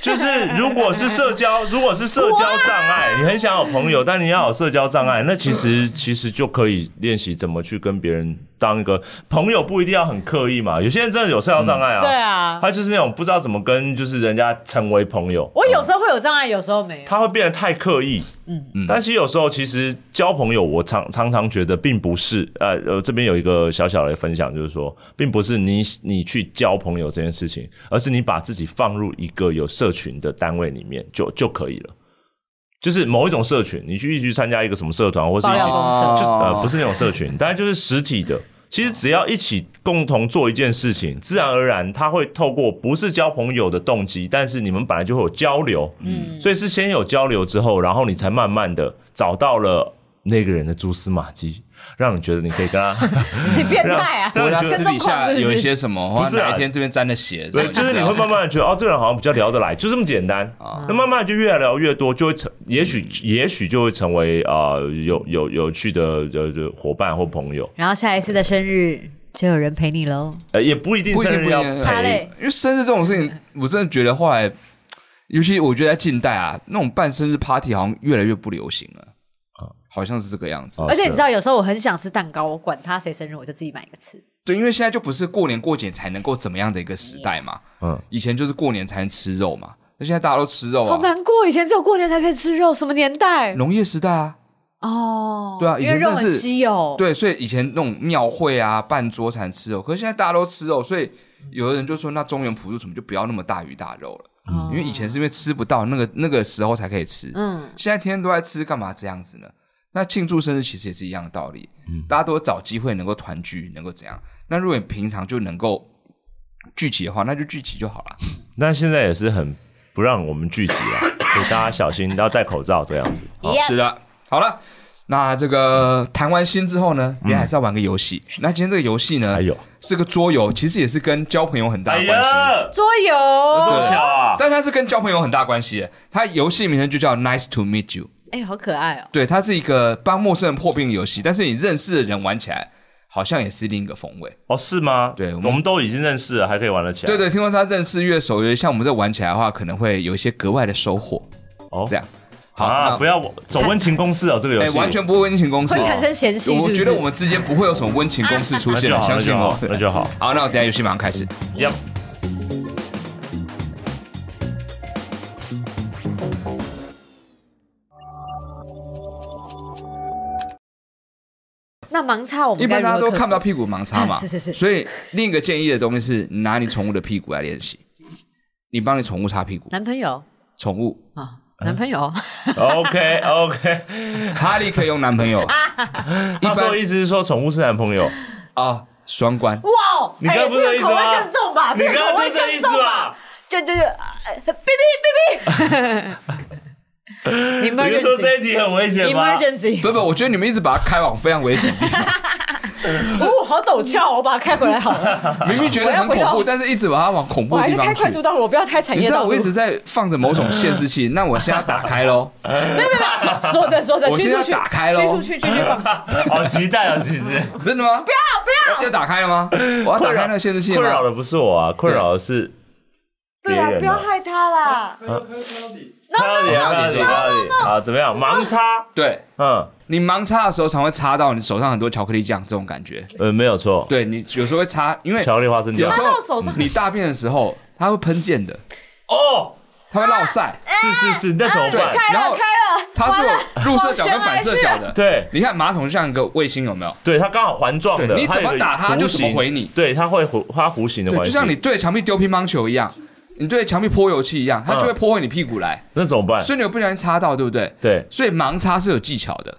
Speaker 3: 就是如果是社交，如果是社交障碍，你很想有朋友，但你要有社交障碍，那其实其实就可以练习怎么去跟别人当一个朋友，不一定要很刻意嘛。有些人真的有社交障碍啊，
Speaker 2: 啊，
Speaker 3: 他就是那种不知道怎么跟就是人家成为朋友，
Speaker 2: 我哦有时候会有障碍，有时候没有。
Speaker 3: 他会变得太刻意。嗯，但是有时候其实交朋友，我常常常觉得并不是，呃呃，这边有一个小小的分享，就是说，并不是你你去交朋友这件事情，而是你把自己放入一个有社群的单位里面就就可以了。就是某一种社群，你去去参加一个什么社团，或是一
Speaker 2: 爆
Speaker 3: 起
Speaker 2: 料公司
Speaker 1: 哦
Speaker 3: 就是呃不是那种社群，当然就是实体的。其实只要一起共同做一件事情，自然而然他会透过不是交朋友的动机，但是你们本来就会有交流，嗯，所以是先有交流之后，然后你才慢慢的找到了那个人的蛛丝马迹，让你觉得你可以跟他，
Speaker 2: 你变态啊！
Speaker 1: 如果
Speaker 3: 那
Speaker 1: 嗯他
Speaker 3: 就是
Speaker 1: 私
Speaker 2: 跟踪
Speaker 1: 底
Speaker 2: 狂
Speaker 1: 下
Speaker 2: 是不是
Speaker 1: 有一些什么，
Speaker 3: 不是啊
Speaker 1: 哪一天这边沾了血，这
Speaker 3: 对，
Speaker 1: 样
Speaker 3: 就是你会慢慢的觉得哦，这个人好像比较聊得来，就这么简单。
Speaker 1: 哦
Speaker 3: 那慢慢地就越聊越多，就会成，也
Speaker 1: 嗯
Speaker 3: 许也许就会成为呃有有有趣的有有伙伴或朋友，
Speaker 2: 然后下一次的生日就有人陪你喽。
Speaker 3: 呃，也不一定
Speaker 1: 不一
Speaker 3: 生
Speaker 1: 定
Speaker 3: 日要
Speaker 1: 不一定
Speaker 2: 擦
Speaker 3: 陪
Speaker 2: 泪，
Speaker 1: 因为生日这种事 情，我真的觉得后来，尤其我觉得在近代啊，那种办生日 party 好像越来越不流行了，
Speaker 3: 啊
Speaker 1: 好像是这个样子。
Speaker 3: 哦
Speaker 2: 而且
Speaker 3: 是
Speaker 2: 你知道，有时候我很想吃蛋糕，我管他谁生日，我就自己买一个吃。
Speaker 1: 对，因为现在就不是过年过节才能够怎么样的一个时代嘛。
Speaker 3: 嗯
Speaker 1: 以前就是过年才能吃肉嘛，那现在大家都吃肉
Speaker 2: 好
Speaker 1: 啊。
Speaker 2: 难过，以前只有过年才可以吃肉，什么年代？
Speaker 1: 农业时代啊，
Speaker 2: 哦，
Speaker 1: 对啊以
Speaker 2: 因为
Speaker 1: 前真
Speaker 2: 肉
Speaker 1: 的是
Speaker 2: 很稀有。
Speaker 1: 对，所以以前那种庙会啊、办桌才能吃肉，可是现在大家都吃肉，所以有的人就说，那中原普渡什么就不要那么大鱼大肉了，
Speaker 2: 哦
Speaker 1: 因为以前是因为吃不到，那个那个时候才可以吃。
Speaker 2: 嗯
Speaker 1: 现在天天都在吃，干嘛这样子呢？那庆祝生日其实也是一样的道理，大家都找机会能够团聚，能够怎样？那如果你平常就能够聚集的话，那就聚集就好了。
Speaker 3: 那现在也是很不让我们聚 集啊，所以大家小心，要戴口罩这样子。
Speaker 1: 好
Speaker 2: Yep
Speaker 1: 是的，好了。那这个谈完心之后呢，你还是要玩个游戏。那今天这个游戏呢，
Speaker 3: 嗯哎呦
Speaker 1: 是个桌游，其实也是跟交朋友很
Speaker 3: 哎
Speaker 1: 大的关系。，
Speaker 2: 桌游
Speaker 1: 么巧
Speaker 3: 啊！
Speaker 1: 但它是跟交朋友很大关系。它游戏名称就叫 Nice to Meet You，
Speaker 2: 哎、好可爱哦、
Speaker 1: 对，它是一个帮陌生人破冰的游戏，但是你认识的人玩起来好像也是另一个风味。
Speaker 3: 哦，是吗？
Speaker 1: 对我
Speaker 3: 我
Speaker 1: 们
Speaker 3: 们都已经认识了，还可以玩得起来。
Speaker 1: 对对，听说他认识越熟越像我们这玩起来的话，可能会有一些格外的收获。
Speaker 3: 哦
Speaker 1: 这样好，
Speaker 3: 啊，不
Speaker 1: 要
Speaker 3: 要我走温情攻势哦，这个游
Speaker 1: 哎，
Speaker 3: 戏
Speaker 1: 完全不会温情攻势，
Speaker 2: 会产生嫌隙
Speaker 1: 我
Speaker 2: 是不
Speaker 1: 觉
Speaker 2: 是
Speaker 1: 得我们之间不会有什么温情攻势出
Speaker 3: 那
Speaker 1: 现
Speaker 3: 就
Speaker 1: 的，
Speaker 3: 好，
Speaker 1: 相
Speaker 3: 那
Speaker 1: 信
Speaker 3: 就
Speaker 1: 我
Speaker 3: 好，。那就好。
Speaker 1: 好，那我等一下游戏马上开始。
Speaker 3: 呀，
Speaker 2: 那盲擦我们
Speaker 1: 一般
Speaker 2: 该如
Speaker 1: 大
Speaker 2: 何
Speaker 1: 家都看不到
Speaker 2: 克服
Speaker 1: 屁股盲擦嘛，
Speaker 2: 是是是
Speaker 1: 所以另一个建议的东西是，你拿你宠物的屁股来练习，你帮你宠物擦屁股。
Speaker 2: 男朋友
Speaker 1: 宠物，
Speaker 2: 啊，
Speaker 3: 哎
Speaker 2: 男朋友
Speaker 3: OK OK，
Speaker 1: 哈利可以用男 朋
Speaker 2: 啊
Speaker 1: 友
Speaker 3: 他说的意思是说宠物是男 朋友，
Speaker 1: 啊，双关。
Speaker 2: 哇哦，
Speaker 3: 你刚刚
Speaker 2: 哎
Speaker 3: 不是这意思
Speaker 2: 这个
Speaker 3: 吗
Speaker 2: 口味更重吧？
Speaker 3: 你刚
Speaker 2: 这个
Speaker 3: 刚
Speaker 2: 口
Speaker 3: 就
Speaker 2: 味
Speaker 3: 是这
Speaker 2: 更
Speaker 3: 意思
Speaker 2: 重
Speaker 3: 吧？
Speaker 2: 就就就，呃哔哔哔哔
Speaker 3: 你就说
Speaker 2: ，emergency
Speaker 3: 这一题很危险吗？
Speaker 2: emergency，
Speaker 1: 不不，我觉得你们一直把它开往非常危险的地方。
Speaker 2: 哦，好陡峭哦，我把它开回来好 了，
Speaker 1: 明明觉得很
Speaker 2: 我
Speaker 1: 恐
Speaker 2: 要回
Speaker 1: 怖，
Speaker 2: 到
Speaker 1: 但是一直把它往恐怖
Speaker 2: 我
Speaker 1: 的
Speaker 2: 还
Speaker 1: 地
Speaker 2: 是
Speaker 1: 方
Speaker 2: 开
Speaker 1: 去
Speaker 2: 快。速道路，我不要开产
Speaker 1: 你
Speaker 2: 业
Speaker 1: 知道
Speaker 2: 道路。
Speaker 1: 我一直在放着某种限制器，那我现在要打开喽。
Speaker 2: 说着说着，
Speaker 1: 我
Speaker 2: 继
Speaker 1: 现
Speaker 2: 续
Speaker 1: 在
Speaker 2: 去，
Speaker 1: 打开咯
Speaker 2: 继续去，继续放。
Speaker 3: 啊好期待哦， 其实
Speaker 1: 真的吗？不要不要！要打开了吗？我要打开那个限制器
Speaker 3: 困扰
Speaker 1: 吗？
Speaker 3: 的不是我啊，困扰的是别
Speaker 2: 对啊，
Speaker 3: 人
Speaker 2: 不要
Speaker 3: 啊。
Speaker 2: 害他啦。
Speaker 3: 呃
Speaker 4: 他要他要他要
Speaker 1: no, no,
Speaker 3: 他要脸，他要
Speaker 4: 你，
Speaker 3: 脸，他要脸啊！怎么样？盲擦，
Speaker 1: 对
Speaker 3: 嗯
Speaker 1: 你盲擦的时候，常会擦到你手上很多巧克力酱这种感觉。
Speaker 3: 呃，没有错，
Speaker 1: 对你有时候会擦，因为
Speaker 3: 巧克力花生
Speaker 1: 有
Speaker 3: 酱
Speaker 1: 时
Speaker 2: 擦到手
Speaker 1: 候
Speaker 2: 上
Speaker 1: 你大便的时候，它会喷溅的，
Speaker 3: 哦，
Speaker 1: 它会落晒。
Speaker 3: 是是是，那怎么办
Speaker 1: 对？
Speaker 2: 开
Speaker 1: 然
Speaker 2: 了
Speaker 1: 后
Speaker 2: 开了，
Speaker 1: 它是
Speaker 2: 哎完了啊
Speaker 1: 有入射角跟反射角的。，
Speaker 3: 对
Speaker 1: 你看马桶就像一个卫星，有没有？
Speaker 3: 对，它刚好环状的，
Speaker 1: 对你
Speaker 3: 它有
Speaker 1: 怎么
Speaker 3: 一个
Speaker 1: 打它
Speaker 3: 弧
Speaker 1: 就怎么
Speaker 3: 形
Speaker 1: 回你
Speaker 3: 对，它会弧它弧形的
Speaker 1: 对，
Speaker 3: 关
Speaker 1: 就
Speaker 3: 系，
Speaker 1: 像你对墙壁丢乒乓球一样，你对墙壁泼油漆一
Speaker 3: 嗯
Speaker 1: 样，它就会泼回你屁股来。
Speaker 3: 那怎么办？
Speaker 1: 所以你有不小心擦到，对不对？
Speaker 3: 对
Speaker 1: 所以盲擦是有技巧的，